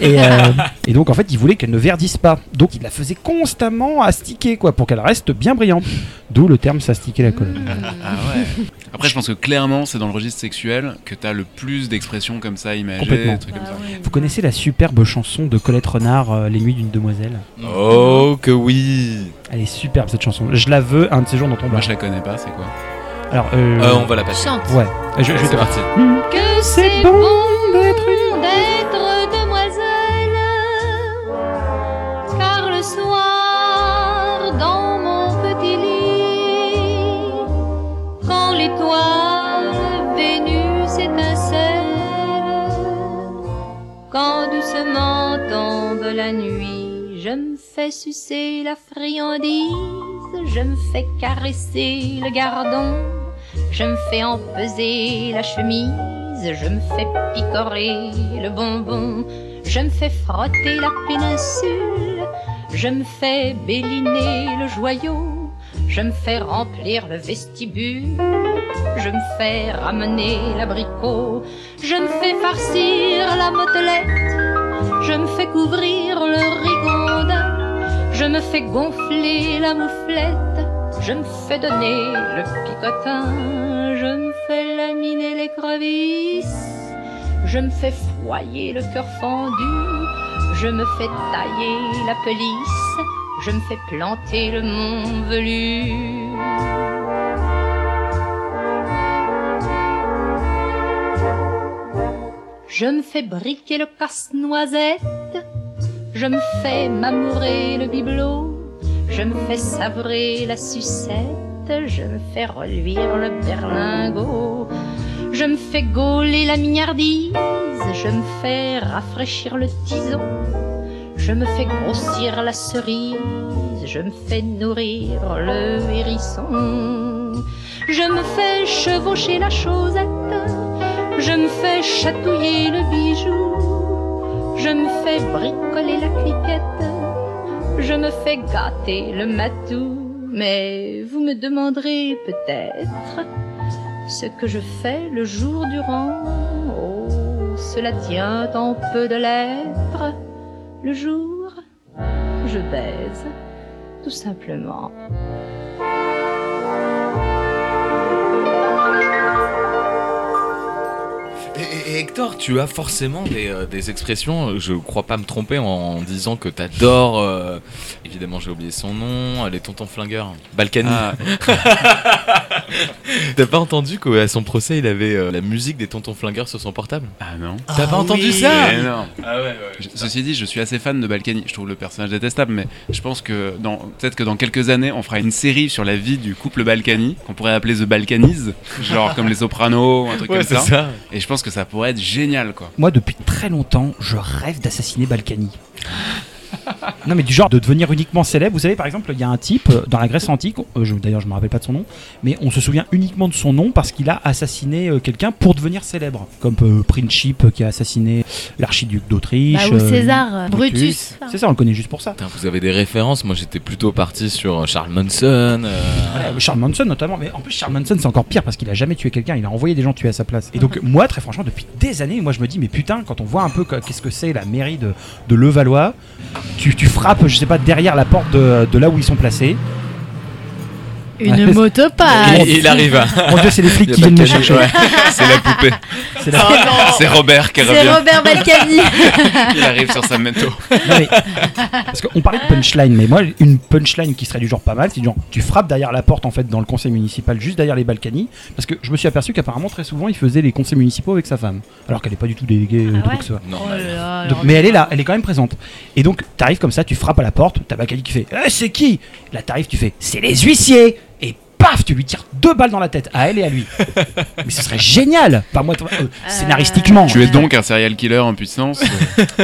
[SPEAKER 5] Et, euh,
[SPEAKER 9] Ah,
[SPEAKER 5] et donc, en fait, il voulait qu'elle ne verdisse pas. Donc, il la faisait constamment astiquer, quoi, pour qu'elle reste bien brillante. D'où le terme s'astiquer la colonne.
[SPEAKER 8] Ah ouais. Après, je pense que clairement, c'est dans le registre sexuel que t'as le plus d'expressions comme ça imagées,
[SPEAKER 5] Complètement.
[SPEAKER 8] des trucs comme
[SPEAKER 9] Bah
[SPEAKER 8] ça.
[SPEAKER 9] ouais.
[SPEAKER 5] Vous connaissez la superbe chanson de Colette Renard, euh, Les Nuits d'une demoiselle
[SPEAKER 7] Oh, que oui.
[SPEAKER 5] Elle est superbe cette chanson. Je la veux un de ces jours dans ton
[SPEAKER 8] Moi,
[SPEAKER 5] bar.
[SPEAKER 8] je la connais pas, c'est quoi
[SPEAKER 5] Alors, euh,
[SPEAKER 7] Euh, on va la passer.
[SPEAKER 9] Chante.
[SPEAKER 5] Ouais, je, je vais
[SPEAKER 7] C'est
[SPEAKER 5] te
[SPEAKER 7] parti.
[SPEAKER 6] Que
[SPEAKER 5] C'est bon d'être une-
[SPEAKER 6] d'être demoiselle, car le soir, dans mon petit lit, quand l'étoile Vénus étincelle, quand doucement tombe la nuit, je me fais sucer la friandise, je me fais caresser le gardon. Je me fais empeser la chemise, je me fais picorer le bonbon, je me fais frotter la péninsule, je me fais béliner le joyau, je me fais remplir le vestibule, je me fais ramener l'abricot, je me fais farcir la motelette, je me fais couvrir le rigondin, je me fais gonfler la mouflette. Je me fais donner le picotin, je me fais laminer les crevisses, je me fais foyer le cœur fendu, je me fais tailler la pelisse, je me fais planter le mont velu. Je me fais briquer le casse-noisette, je me fais m'amourer le bibelot, je me fais savrer la sucette, je me fais reluire le berlingot, je me fais gauler la mignardise, je me fais rafraîchir le tison, je me fais grossir la cerise, je me fais nourrir le hérisson, je me fais chevaucher la chaussette, je me fais chatouiller le bijou, je me fais bricoler la cliquette. Je me fais gâter le matou, mais vous me demanderez peut-être ce que je fais le jour durant. Oh, cela tient en peu de lettres. Le jour, je baise, tout simplement.
[SPEAKER 10] Et, et-
[SPEAKER 7] Et Hector, tu as forcément des, euh, des expressions, euh, je crois pas me tromper en disant que t'adores, euh, évidemment j'ai oublié son nom, euh, les tontons flingueurs, Balkany.
[SPEAKER 8] Ah,
[SPEAKER 7] T'as pas entendu qu'à son procès il avait euh, la musique des tontons flingueurs sur son portable
[SPEAKER 8] ah non.
[SPEAKER 7] T'as pas entendu ça
[SPEAKER 8] Mais non.
[SPEAKER 7] Ah ouais, ouais.
[SPEAKER 8] Je- Ceci dit, je suis assez fan de Balkany. Je trouve le personnage détestable, mais je pense que dans peut-être que dans quelques années, on fera une série sur la vie du couple Balkany qu'on pourrait appeler The Balkanies, genre comme les Sopranos, un truc
[SPEAKER 7] Ouais,
[SPEAKER 8] comme
[SPEAKER 7] c'est
[SPEAKER 8] ça.
[SPEAKER 7] ça.
[SPEAKER 8] Et je pense que ça pourrait être génial, quoi.
[SPEAKER 5] Moi, depuis très longtemps, je rêve d'assassiner Balkany. Non mais du genre de devenir uniquement célèbre. Vous savez par exemple, il y a un type euh, dans la Grèce antique, euh, je- d'ailleurs je me rappelle pas de son nom, mais on se souvient uniquement de son nom parce qu'il a assassiné euh, quelqu'un pour devenir célèbre, comme euh, Princip euh, qui a assassiné l'archiduc d'Autriche.
[SPEAKER 9] Bah, ou
[SPEAKER 5] euh,
[SPEAKER 9] César, euh, Brutus.
[SPEAKER 5] C'est ça, on le connaît juste pour ça.
[SPEAKER 7] Putain, vous avez des références, moi j'étais plutôt parti sur euh, Charles Manson. euh,
[SPEAKER 5] Ouais, Charles Manson notamment, mais en plus Charles Manson c'est encore pire parce qu'il a jamais tué quelqu'un, il a envoyé des gens tuer à sa place. Et donc moi très franchement depuis des années, moi je me dis mais putain quand on voit un peu que- qu'est-ce que c'est la mairie de, de Levallois, tu, tu frappes je sais pas derrière la porte de, de là où ils sont placés.
[SPEAKER 9] Une
[SPEAKER 5] Ouais.
[SPEAKER 9] motopage.
[SPEAKER 7] Ah. et- et il arrive.
[SPEAKER 5] Mon dieu c'est les
[SPEAKER 7] Il
[SPEAKER 5] flics
[SPEAKER 7] y a
[SPEAKER 5] qui viennent me
[SPEAKER 7] Balkany,
[SPEAKER 5] chercher.
[SPEAKER 7] ouais. c'est la poupée.
[SPEAKER 5] C'est la-
[SPEAKER 8] C'est Robert qui
[SPEAKER 9] Ah C'est
[SPEAKER 8] revient.
[SPEAKER 9] Robert Balkany.
[SPEAKER 8] Il arrive sur sa métaux.
[SPEAKER 5] Non, mais- parce qu'on parlait de punchline, mais moi une punchline qui serait du genre pas mal, c'est du genre tu frappes derrière la porte en fait dans le conseil municipal juste derrière les Balkany, parce que je me suis aperçu qu'apparemment très souvent il faisait les conseils municipaux avec sa femme, alors qu'elle est pas du tout déléguée euh,
[SPEAKER 9] Ah
[SPEAKER 5] de quoi
[SPEAKER 9] ouais
[SPEAKER 5] que ce soit.
[SPEAKER 7] Non,
[SPEAKER 9] Oh là là,
[SPEAKER 5] Donc,
[SPEAKER 9] alors-
[SPEAKER 5] mais elle est là, elle est quand même présente. Et donc, t'arrives comme ça, tu frappes à la porte, t'as Bakali qui fait Eh, c'est qui Là, t'arrives, tu fais C'est les huissiers Et paf, tu lui tires deux balles dans la tête, à elle et à lui. mais ce serait génial Pas moi, toi, euh, scénaristiquement.
[SPEAKER 8] Tu es donc un serial killer en puissance.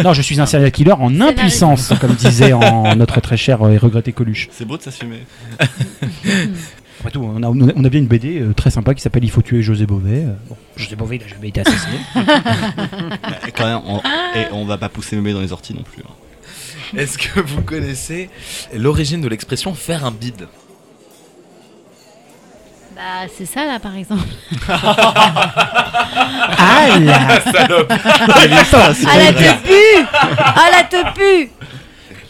[SPEAKER 5] Non, je suis un serial killer en impuissance, comme disait en notre très cher euh, et regretté Coluche.
[SPEAKER 10] C'est beau de s'assumer.
[SPEAKER 5] Après tout, on a, on a bien une BD euh, très sympa qui s'appelle Il faut tuer José Bové. Euh, bon, José Bové, il a jamais été assassiné.
[SPEAKER 10] Et quand même, on, et on va pas pousser mémé dans les orties non plus. hein.
[SPEAKER 7] Est-ce que vous connaissez l'origine de l'expression faire un bide
[SPEAKER 9] Bah, c'est ça là par exemple.
[SPEAKER 5] ah là
[SPEAKER 9] Ah la te pue Ah la te pue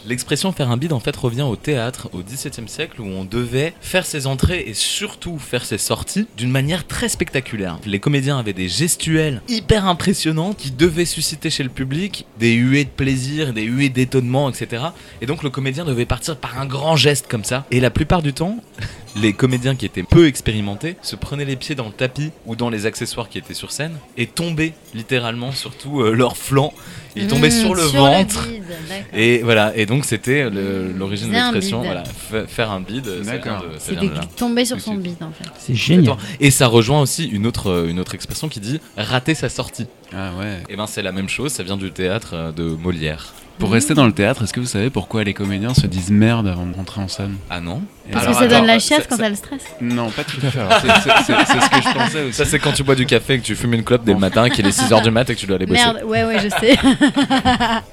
[SPEAKER 7] L'expression faire un bide en fait revient au théâtre au XVIIe siècle où on devait faire ses entrées et surtout faire ses sorties d'une manière très spectaculaire. Les comédiens avaient des gestuelles hyper impressionnantes qui devaient susciter chez le public des huées de plaisir, des huées d'étonnement, etc. Et donc le comédien devait partir par un grand geste comme ça. Et la plupart du temps, les comédiens qui étaient peu expérimentés se prenaient les pieds dans le tapis ou dans les accessoires qui étaient sur scène et tombaient littéralement, surtout euh, leur flanc. Ils tombaient
[SPEAKER 9] Mmh,
[SPEAKER 7] sur le ventre.
[SPEAKER 9] bide, d'accord.
[SPEAKER 7] Et voilà, et donc c'était le- l'origine de
[SPEAKER 9] C'est un
[SPEAKER 7] l'expression,
[SPEAKER 9] bide.
[SPEAKER 7] voilà, fa- faire un bide, ça vient
[SPEAKER 8] D'accord.
[SPEAKER 7] de, ça
[SPEAKER 9] C'est
[SPEAKER 7] vient de là.
[SPEAKER 9] de tomber sur
[SPEAKER 8] Mais
[SPEAKER 9] son
[SPEAKER 8] c'est-
[SPEAKER 9] bide en fait.
[SPEAKER 5] C'est génial.
[SPEAKER 7] Et ça rejoint aussi une autre, euh, une autre expression qui dit rater sa sortie.
[SPEAKER 8] Ah ouais.
[SPEAKER 7] Et ben c'est la même chose, ça vient du théâtre euh, de Molière.
[SPEAKER 8] Pour rester dans le théâtre, est-ce que vous savez pourquoi les comédiens se disent merde avant de rentrer en scène
[SPEAKER 7] Ah non
[SPEAKER 9] Parce
[SPEAKER 7] Alors,
[SPEAKER 9] que ça
[SPEAKER 7] attends,
[SPEAKER 9] donne la
[SPEAKER 8] euh,
[SPEAKER 7] ça-
[SPEAKER 9] chiasse
[SPEAKER 7] ça-
[SPEAKER 9] quand elle stresse.
[SPEAKER 8] Non, pas tout à fait. Alors, c'est- c'est- C'est c'est ce que je pensais aussi.
[SPEAKER 7] Ça c'est quand tu bois du café et que tu fumes une clope dès le matin, qu'il est 6h du mat et que tu dois aller bosser.
[SPEAKER 9] Merde, ouais ouais je sais.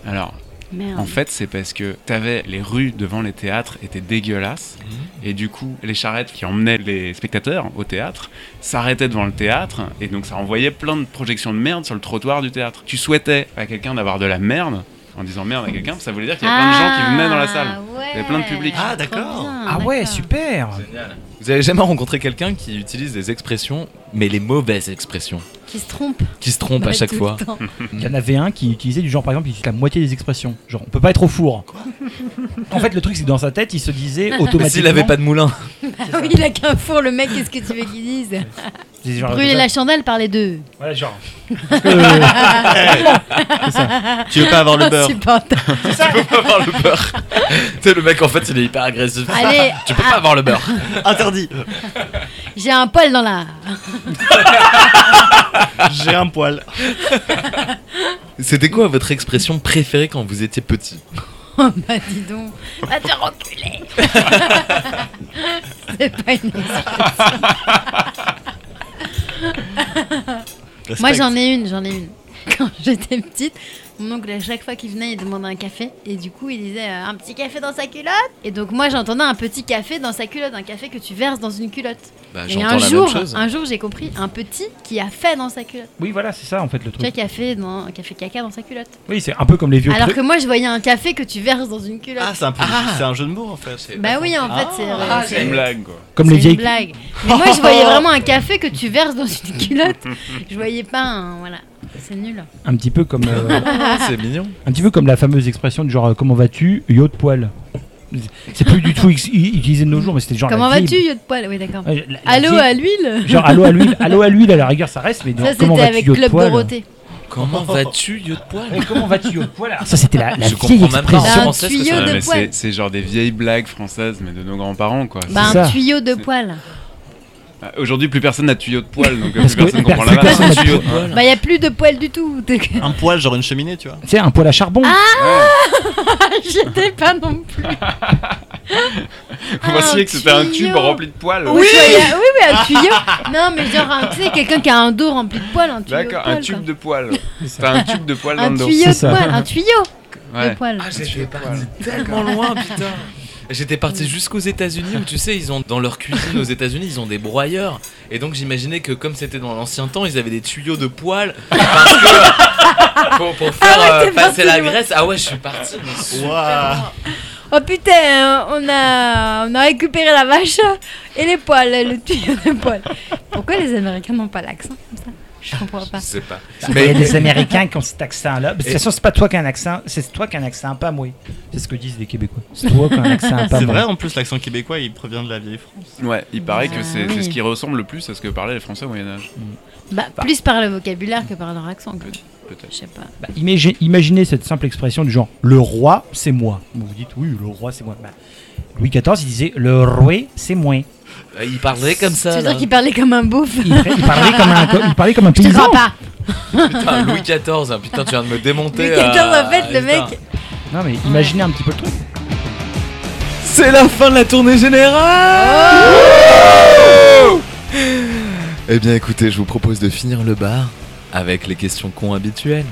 [SPEAKER 8] Alors, En
[SPEAKER 9] Merde.
[SPEAKER 8] fait, c'est parce que t'avais les rues devant les théâtres étaient dégueulasses et du coup, les charrettes qui emmenaient les spectateurs au théâtre s'arrêtaient devant le théâtre et donc ça envoyait plein de projections de merde sur le trottoir du théâtre. Tu souhaitais à quelqu'un d'avoir de la merde en disant merde à quelqu'un, ça voulait dire qu'il y avait plein de gens qui venaient dans la salle. Il y avait plein de public.
[SPEAKER 10] Ah, d'accord.
[SPEAKER 5] Ah ouais, super
[SPEAKER 7] Vous avez jamais rencontré quelqu'un qui utilise des expressions, mais les mauvaises expressions,
[SPEAKER 9] Qui se trompe.
[SPEAKER 7] qui se trompe à
[SPEAKER 9] Ouais,
[SPEAKER 7] chaque
[SPEAKER 9] tout
[SPEAKER 7] fois
[SPEAKER 9] le temps.
[SPEAKER 5] Il y en avait un qui utilisait du genre, par exemple, il utilisait la moitié des expressions. Genre, on peut pas être au four. en fait, le truc, c'est que dans sa tête, il se disait automatiquement.
[SPEAKER 7] S'il avait pas de moulin
[SPEAKER 9] Ah oui, il a qu'un four, le mec, qu'est-ce que tu veux qu'il dise
[SPEAKER 5] il
[SPEAKER 8] Ah,
[SPEAKER 5] disait genre,
[SPEAKER 9] Brûler la chandelle par les deux.
[SPEAKER 5] Voilà, genre. Parce que-
[SPEAKER 10] Tu veux pas avoir le beurre
[SPEAKER 9] Insupportable.
[SPEAKER 7] Tu peux pas avoir le beurre. tu sais, le mec en fait il est hyper agressif.
[SPEAKER 9] Allez,
[SPEAKER 7] Tu peux pas avoir le beurre.
[SPEAKER 10] Interdit
[SPEAKER 9] j'ai un poil dans la.
[SPEAKER 10] J'ai un poil.
[SPEAKER 7] C'était quoi votre expression préférée quand vous étiez petit
[SPEAKER 9] Oh bah dis donc, va te faire reculer. C'est pas une. Moi j'en ai une, j'en ai une. Quand j'étais petite, mon oncle à chaque fois qu'il venait, il demandait un café et du coup il disait euh, un petit café dans sa culotte. Et donc moi j'entendais un petit café dans sa culotte, un café que tu verses dans une culotte.
[SPEAKER 7] Bah,
[SPEAKER 9] Et un jour, un jour j'ai compris un petit qui a fait dans sa culotte.
[SPEAKER 5] Oui, voilà, c'est ça, en fait, le
[SPEAKER 9] Tu vois,
[SPEAKER 5] truc.
[SPEAKER 9] qui a fait dans, qui a fait caca dans sa culotte.
[SPEAKER 5] Oui, c'est un peu comme les vieux
[SPEAKER 9] Alors
[SPEAKER 5] trucs.
[SPEAKER 9] que moi je voyais un café que tu verses dans une culotte.
[SPEAKER 10] Ah, c'est un, peu- c'est un jeu de mots en fait.
[SPEAKER 9] bah oui en fait c'est.
[SPEAKER 8] Ah, C'est une blague quoi.
[SPEAKER 5] Comme les
[SPEAKER 9] C'est une
[SPEAKER 5] vieilles.
[SPEAKER 9] blague. Mais moi, je voyais vraiment un café que tu verses dans une culotte. Je voyais pas un. Voilà. C'est nul.
[SPEAKER 5] Un petit peu comme, euh,
[SPEAKER 9] Ah.
[SPEAKER 7] Oh, C'est mignon.
[SPEAKER 5] un petit peu comme la fameuse expression du genre euh, comment vas-tu, yo de poil. C'est plus du tout ex- i- utilisé de nos jours, mais c'était genre. la
[SPEAKER 9] Comment
[SPEAKER 5] vieille-
[SPEAKER 9] vas-tu, yeux de poil Oui, d'accord.
[SPEAKER 5] Ouais, la- la
[SPEAKER 9] Allô
[SPEAKER 5] vieille-
[SPEAKER 9] à l'huile
[SPEAKER 5] Genre allô à l'huile, allô à l'huile à la rigueur ça reste, mais genre,
[SPEAKER 9] Ça,
[SPEAKER 5] comment
[SPEAKER 9] c'était
[SPEAKER 5] vas-tu
[SPEAKER 9] avec
[SPEAKER 5] yo de
[SPEAKER 9] Club
[SPEAKER 5] poil
[SPEAKER 9] Dorothée.
[SPEAKER 7] Comment vas-tu, yeux de poil
[SPEAKER 5] Ouais, Comment vas-tu au poil Alors Ça c'était Oh. la, la
[SPEAKER 7] Je
[SPEAKER 5] vieille
[SPEAKER 7] comprends même pas en
[SPEAKER 5] expression.
[SPEAKER 9] Bah, un
[SPEAKER 7] français ce que
[SPEAKER 9] tuyau
[SPEAKER 7] ça
[SPEAKER 9] de
[SPEAKER 7] veut
[SPEAKER 8] mais
[SPEAKER 7] dire.
[SPEAKER 9] poil.
[SPEAKER 8] c'est c'est genre des vieilles blagues françaises, mais de nos grands-parents, quoi.
[SPEAKER 9] Bah,
[SPEAKER 5] ça.
[SPEAKER 9] un tuyau de poil.
[SPEAKER 8] Ah, Aujourd'hui, plus personne n'a de tuyau de poil, donc euh,
[SPEAKER 5] Parce
[SPEAKER 8] plus
[SPEAKER 5] que
[SPEAKER 8] personne
[SPEAKER 5] per-
[SPEAKER 8] comprend
[SPEAKER 5] plus
[SPEAKER 8] la vanne.
[SPEAKER 5] personne n'a
[SPEAKER 8] Tuyau
[SPEAKER 5] de
[SPEAKER 8] de poil.
[SPEAKER 9] Bah, y a plus de poil du tout.
[SPEAKER 10] Un poil, genre une cheminée, tu vois.
[SPEAKER 5] Tu sais, un poil à
[SPEAKER 9] Ah,
[SPEAKER 5] charbon.
[SPEAKER 9] J'y étais pas non plus.
[SPEAKER 8] Vous pensiez que c'était un tube
[SPEAKER 9] Ah, tuyau.
[SPEAKER 8] rempli de poils
[SPEAKER 9] Oui, oui, oui, un tuyau. Non, mais genre, un- tu sais, quelqu'un qui a un dos rempli de poils, un tuyau. de
[SPEAKER 8] D'accord,
[SPEAKER 9] poil,
[SPEAKER 8] un tube
[SPEAKER 9] quoi.
[SPEAKER 8] de poil. T'as un tube de poil dans
[SPEAKER 9] Un
[SPEAKER 8] le dos.
[SPEAKER 9] tuyau
[SPEAKER 5] C'est
[SPEAKER 9] de
[SPEAKER 5] ça.
[SPEAKER 9] poil, un tuyau de
[SPEAKER 8] Ouais.
[SPEAKER 9] poil.
[SPEAKER 7] Ah, j'étais parti tellement loin, putain. J'étais parti jusqu'aux États-Unis où tu sais, ils ont dans leur cuisine aux États-Unis, ils ont des broyeurs. Et donc j'imaginais que comme c'était dans l'ancien temps, ils avaient des tuyaux de poils parce que- pour, pour faire
[SPEAKER 9] Ah ouais,
[SPEAKER 7] euh,
[SPEAKER 9] t'es
[SPEAKER 7] passer
[SPEAKER 9] parti
[SPEAKER 7] la
[SPEAKER 9] loin.
[SPEAKER 7] graisse. Ah ouais, je suis parti. mais super
[SPEAKER 10] Ouah.
[SPEAKER 7] loin.
[SPEAKER 9] Oh putain, on a, on a récupéré la vache et les poils, le tuyau de poils. Pourquoi les Américains n'ont pas l'accent comme ça Je comprends pas.
[SPEAKER 7] Je sais pas.
[SPEAKER 5] Il y a des Américains qui ont cet accent-là. De toute façon, c'est pas toi qui as un accent, c'est toi qui as un accent pas moi. C'est ce que disent les Québécois. C'est toi qui as un accent pas
[SPEAKER 10] C'est vrai,
[SPEAKER 5] moi.
[SPEAKER 10] en plus, l'accent québécois, il provient de la vieille France.
[SPEAKER 8] Ouais, il paraît que c'est
[SPEAKER 9] Ah,
[SPEAKER 8] c'est
[SPEAKER 9] oui.
[SPEAKER 8] ce qui ressemble le plus à ce que parlaient les Français au Moyen-Âge.
[SPEAKER 9] Bah, plus par le vocabulaire que par leur accent. quoi.
[SPEAKER 8] Peut-être.
[SPEAKER 9] Je sais pas.
[SPEAKER 5] Bah, imagi- imaginez cette simple expression du genre le roi, c'est moi. Vous vous dites oui, le roi, c'est moi. Bah, Louis XIV, il disait le roi, c'est moi.
[SPEAKER 7] euh, Il parlait comme
[SPEAKER 9] Tu
[SPEAKER 7] ça.
[SPEAKER 9] veux
[SPEAKER 7] Bah, Là.
[SPEAKER 9] dire qu'il parlait comme un beauf
[SPEAKER 5] Il, il parlait comme un, co- il parlait comme un
[SPEAKER 9] Je te
[SPEAKER 5] paysan.
[SPEAKER 9] crois pas.
[SPEAKER 7] Putain, Louis XIV, hein, putain, tu viens de me démonter.
[SPEAKER 9] Louis XIV,
[SPEAKER 7] euh,
[SPEAKER 9] en fait, le
[SPEAKER 7] putain.
[SPEAKER 9] mec-
[SPEAKER 5] Non, mais imaginez un petit peu le truc.
[SPEAKER 7] C'est la fin de la tournée générale Eh bien écoutez, je vous propose de finir le bar avec les questions cons habituelles.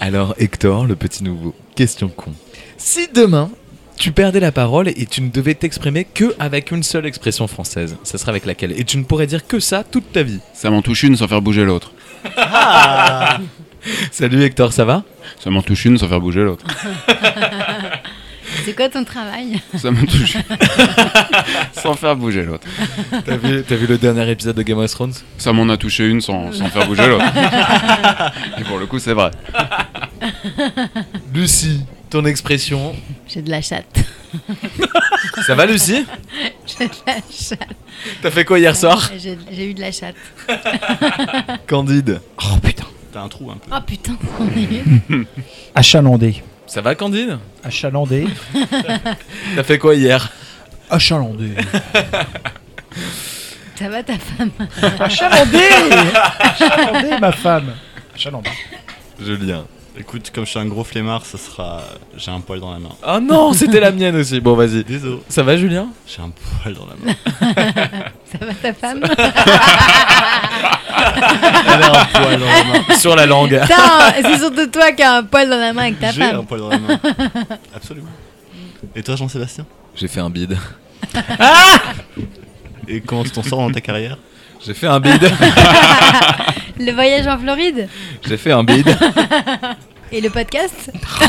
[SPEAKER 7] Alors Hector, le petit nouveau, question con. Si demain, tu perdais la parole et tu ne devais t'exprimer que avec une seule expression française, ça serait avec laquelle Et tu ne pourrais dire que ça toute ta vie.
[SPEAKER 8] Ça m'en touche une sans faire bouger l'autre.
[SPEAKER 7] Salut Hector, ça va
[SPEAKER 8] Ça m'en touche une sans faire bouger l'autre.
[SPEAKER 9] C'est quoi ton travail
[SPEAKER 8] Ça m'en touche une sans faire bouger l'autre.
[SPEAKER 7] T'as vu, t'as vu le dernier épisode de Game of Thrones
[SPEAKER 8] Ça m'en a touché une sans, sans faire bouger l'autre. Et pour le coup, c'est vrai.
[SPEAKER 7] Lucie, ton expression.
[SPEAKER 9] J'ai de la chatte.
[SPEAKER 7] Ça va Lucie
[SPEAKER 9] J'ai de la chatte.
[SPEAKER 7] T'as fait quoi hier soir
[SPEAKER 9] J'ai j'ai eu de la chatte.
[SPEAKER 7] Candide. Oh putain.
[SPEAKER 10] T'as un trou un peu.
[SPEAKER 9] Oh putain, on est
[SPEAKER 5] Achalandé.
[SPEAKER 7] Ça va Candide
[SPEAKER 5] Achalandé.
[SPEAKER 7] T'as fait quoi hier
[SPEAKER 5] Achalandé.
[SPEAKER 9] Ça va ta femme
[SPEAKER 5] Achalandé Achalandé, ma femme. Achalandé.
[SPEAKER 7] Julien.
[SPEAKER 10] Écoute, comme je suis un gros flemmard, ça sera. J'ai un poil dans la main.
[SPEAKER 7] Oh non, c'était la mienne aussi. Bon, vas-y.
[SPEAKER 10] Désolé.
[SPEAKER 7] Ça va, Julien
[SPEAKER 10] J'ai un poil dans la main.
[SPEAKER 9] Ça va ta femme
[SPEAKER 10] Elle a un poil dans la main.
[SPEAKER 7] Sur la langue.
[SPEAKER 9] T'as un- C'est surtout toi qui as un poil dans la main avec ta
[SPEAKER 10] J'ai un
[SPEAKER 9] femme.
[SPEAKER 10] poil dans la main. Absolument. Et toi, Jean-Sébastien
[SPEAKER 7] J'ai fait un bide.
[SPEAKER 10] Et comment tu t'en sors dans ta carrière
[SPEAKER 7] J'ai fait un bide.
[SPEAKER 9] Le voyage en Floride
[SPEAKER 7] J'ai fait un bide.
[SPEAKER 9] Et le podcast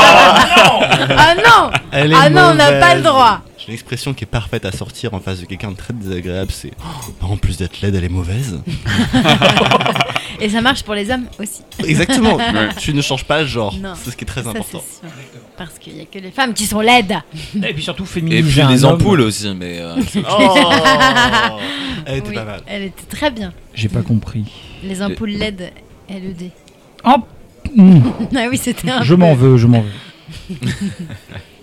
[SPEAKER 9] Ah non
[SPEAKER 10] Elle
[SPEAKER 9] Ah non, on n'a pas le droit
[SPEAKER 10] J'ai une expression qui est parfaite à sortir en face de quelqu'un de très désagréable, c'est Oh, en plus d'être laide, elle est mauvaise.
[SPEAKER 9] Et ça marche pour les hommes aussi.
[SPEAKER 10] Exactement.
[SPEAKER 8] Ouais.
[SPEAKER 10] Tu ne changes pas le genre.
[SPEAKER 9] Non.
[SPEAKER 10] C'est ce qui est très
[SPEAKER 9] Ça, c'est
[SPEAKER 10] important.
[SPEAKER 9] sûr. Parce qu'il n'y a que les femmes qui sont laides
[SPEAKER 5] Et puis surtout
[SPEAKER 7] Et
[SPEAKER 5] féminin.
[SPEAKER 7] puis les ampoules aussi, mais. euh,
[SPEAKER 10] Oh Elle était
[SPEAKER 9] Oui,
[SPEAKER 10] pas mal.
[SPEAKER 9] Elle était très bien.
[SPEAKER 5] J'ai pas compris.
[SPEAKER 9] Les ampoules E LED, LED.
[SPEAKER 5] Oh mmh,
[SPEAKER 9] Ah oui, c'était un
[SPEAKER 5] Je
[SPEAKER 9] peu-
[SPEAKER 5] m'en veux, je m'en veux.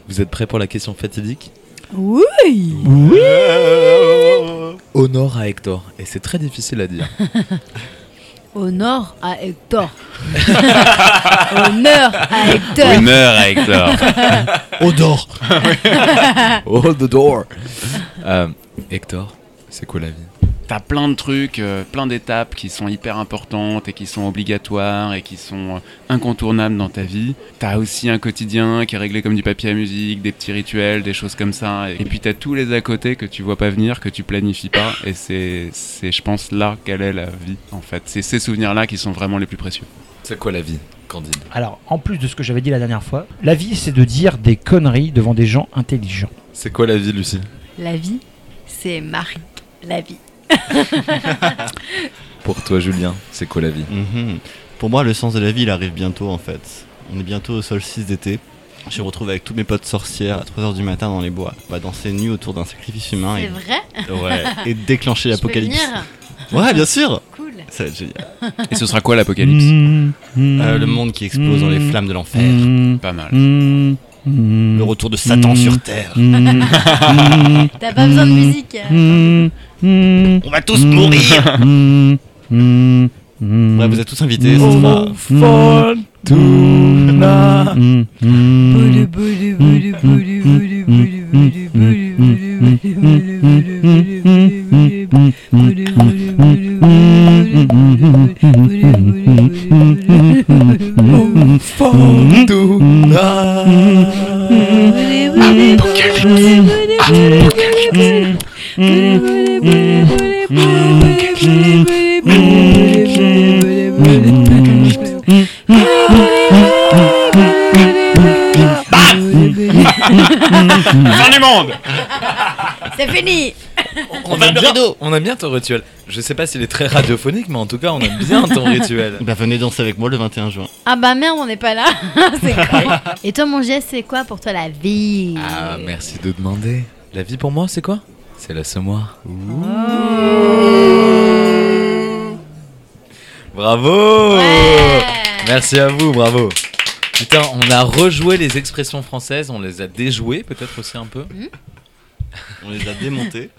[SPEAKER 7] Vous êtes prêts pour la question fatidique
[SPEAKER 9] Oui
[SPEAKER 5] Oui
[SPEAKER 7] Honor à Hector. Et c'est très difficile à dire.
[SPEAKER 9] Honneur à Hector Honneur à Hector
[SPEAKER 8] Winner, Hector.
[SPEAKER 10] Odor
[SPEAKER 7] Hold the door. Euh, Hector, c'est quoi la vie
[SPEAKER 8] T'as plein de trucs, euh, plein d'étapes qui sont hyper importantes et qui sont obligatoires et qui sont euh, incontournables dans ta vie. T'as aussi un quotidien qui est réglé comme du papier à musique, des petits rituels, des choses comme ça. Et puis t'as tous les à côté que tu vois pas venir, que tu planifies pas. Et c'est, c'est je pense, là qu'elle est la vie, en fait. C'est ces souvenirs-là qui sont vraiment les plus précieux.
[SPEAKER 7] C'est quoi la vie, Candide
[SPEAKER 5] Alors, en plus de ce que j'avais dit la dernière fois, la vie, c'est de dire des conneries devant des gens intelligents.
[SPEAKER 7] C'est quoi la vie, Lucie
[SPEAKER 9] La vie, c'est Marc. La vie.
[SPEAKER 7] Pour toi, Julien, c'est quoi la vie
[SPEAKER 10] Mhm. Pour moi, le sens de la vie, il arrive bientôt en fait. On est bientôt au solstice d'été. Je me retrouve avec tous mes potes sorcières à 3h du matin dans les bois. On va danser nu autour d'un sacrifice humain
[SPEAKER 9] C'est
[SPEAKER 10] et,
[SPEAKER 9] vrai
[SPEAKER 10] Ouais. et déclencher
[SPEAKER 9] Je peux
[SPEAKER 10] l'apocalypse.
[SPEAKER 9] venir
[SPEAKER 10] Ouais, bien sûr
[SPEAKER 9] Cool.
[SPEAKER 10] Ça va être génial.
[SPEAKER 8] Et ce sera quoi l'apocalypse
[SPEAKER 10] Euh, le monde qui explose dans les flammes de l'enfer.
[SPEAKER 8] Pas mal.
[SPEAKER 10] Le retour de Satan sur Terre.
[SPEAKER 9] T'as pas besoin de
[SPEAKER 5] Hmm.
[SPEAKER 9] musique.
[SPEAKER 10] On va tous mourir Ouais, vous êtes tous invités, ça sera...
[SPEAKER 8] Fin du monde
[SPEAKER 9] C'est fini.
[SPEAKER 7] On aime, bien, on aime bien ton rituel. Je sais pas s'il est très radiophonique, mais en tout cas, on aime bien ton rituel.
[SPEAKER 10] Bah, venez danser avec moi le 21 juin.
[SPEAKER 9] Ah bah merde, on n'est pas là. c'est con. Et toi, mon geste, c'est quoi pour toi la vie
[SPEAKER 7] Ah, merci de demander. La vie pour moi, c'est quoi C'est la semoir. Bravo
[SPEAKER 9] Ouais.
[SPEAKER 7] oh. Merci à vous, bravo. Putain, on a rejoué les expressions françaises, on les a déjouées peut-être aussi un peu.
[SPEAKER 10] On les a démontés.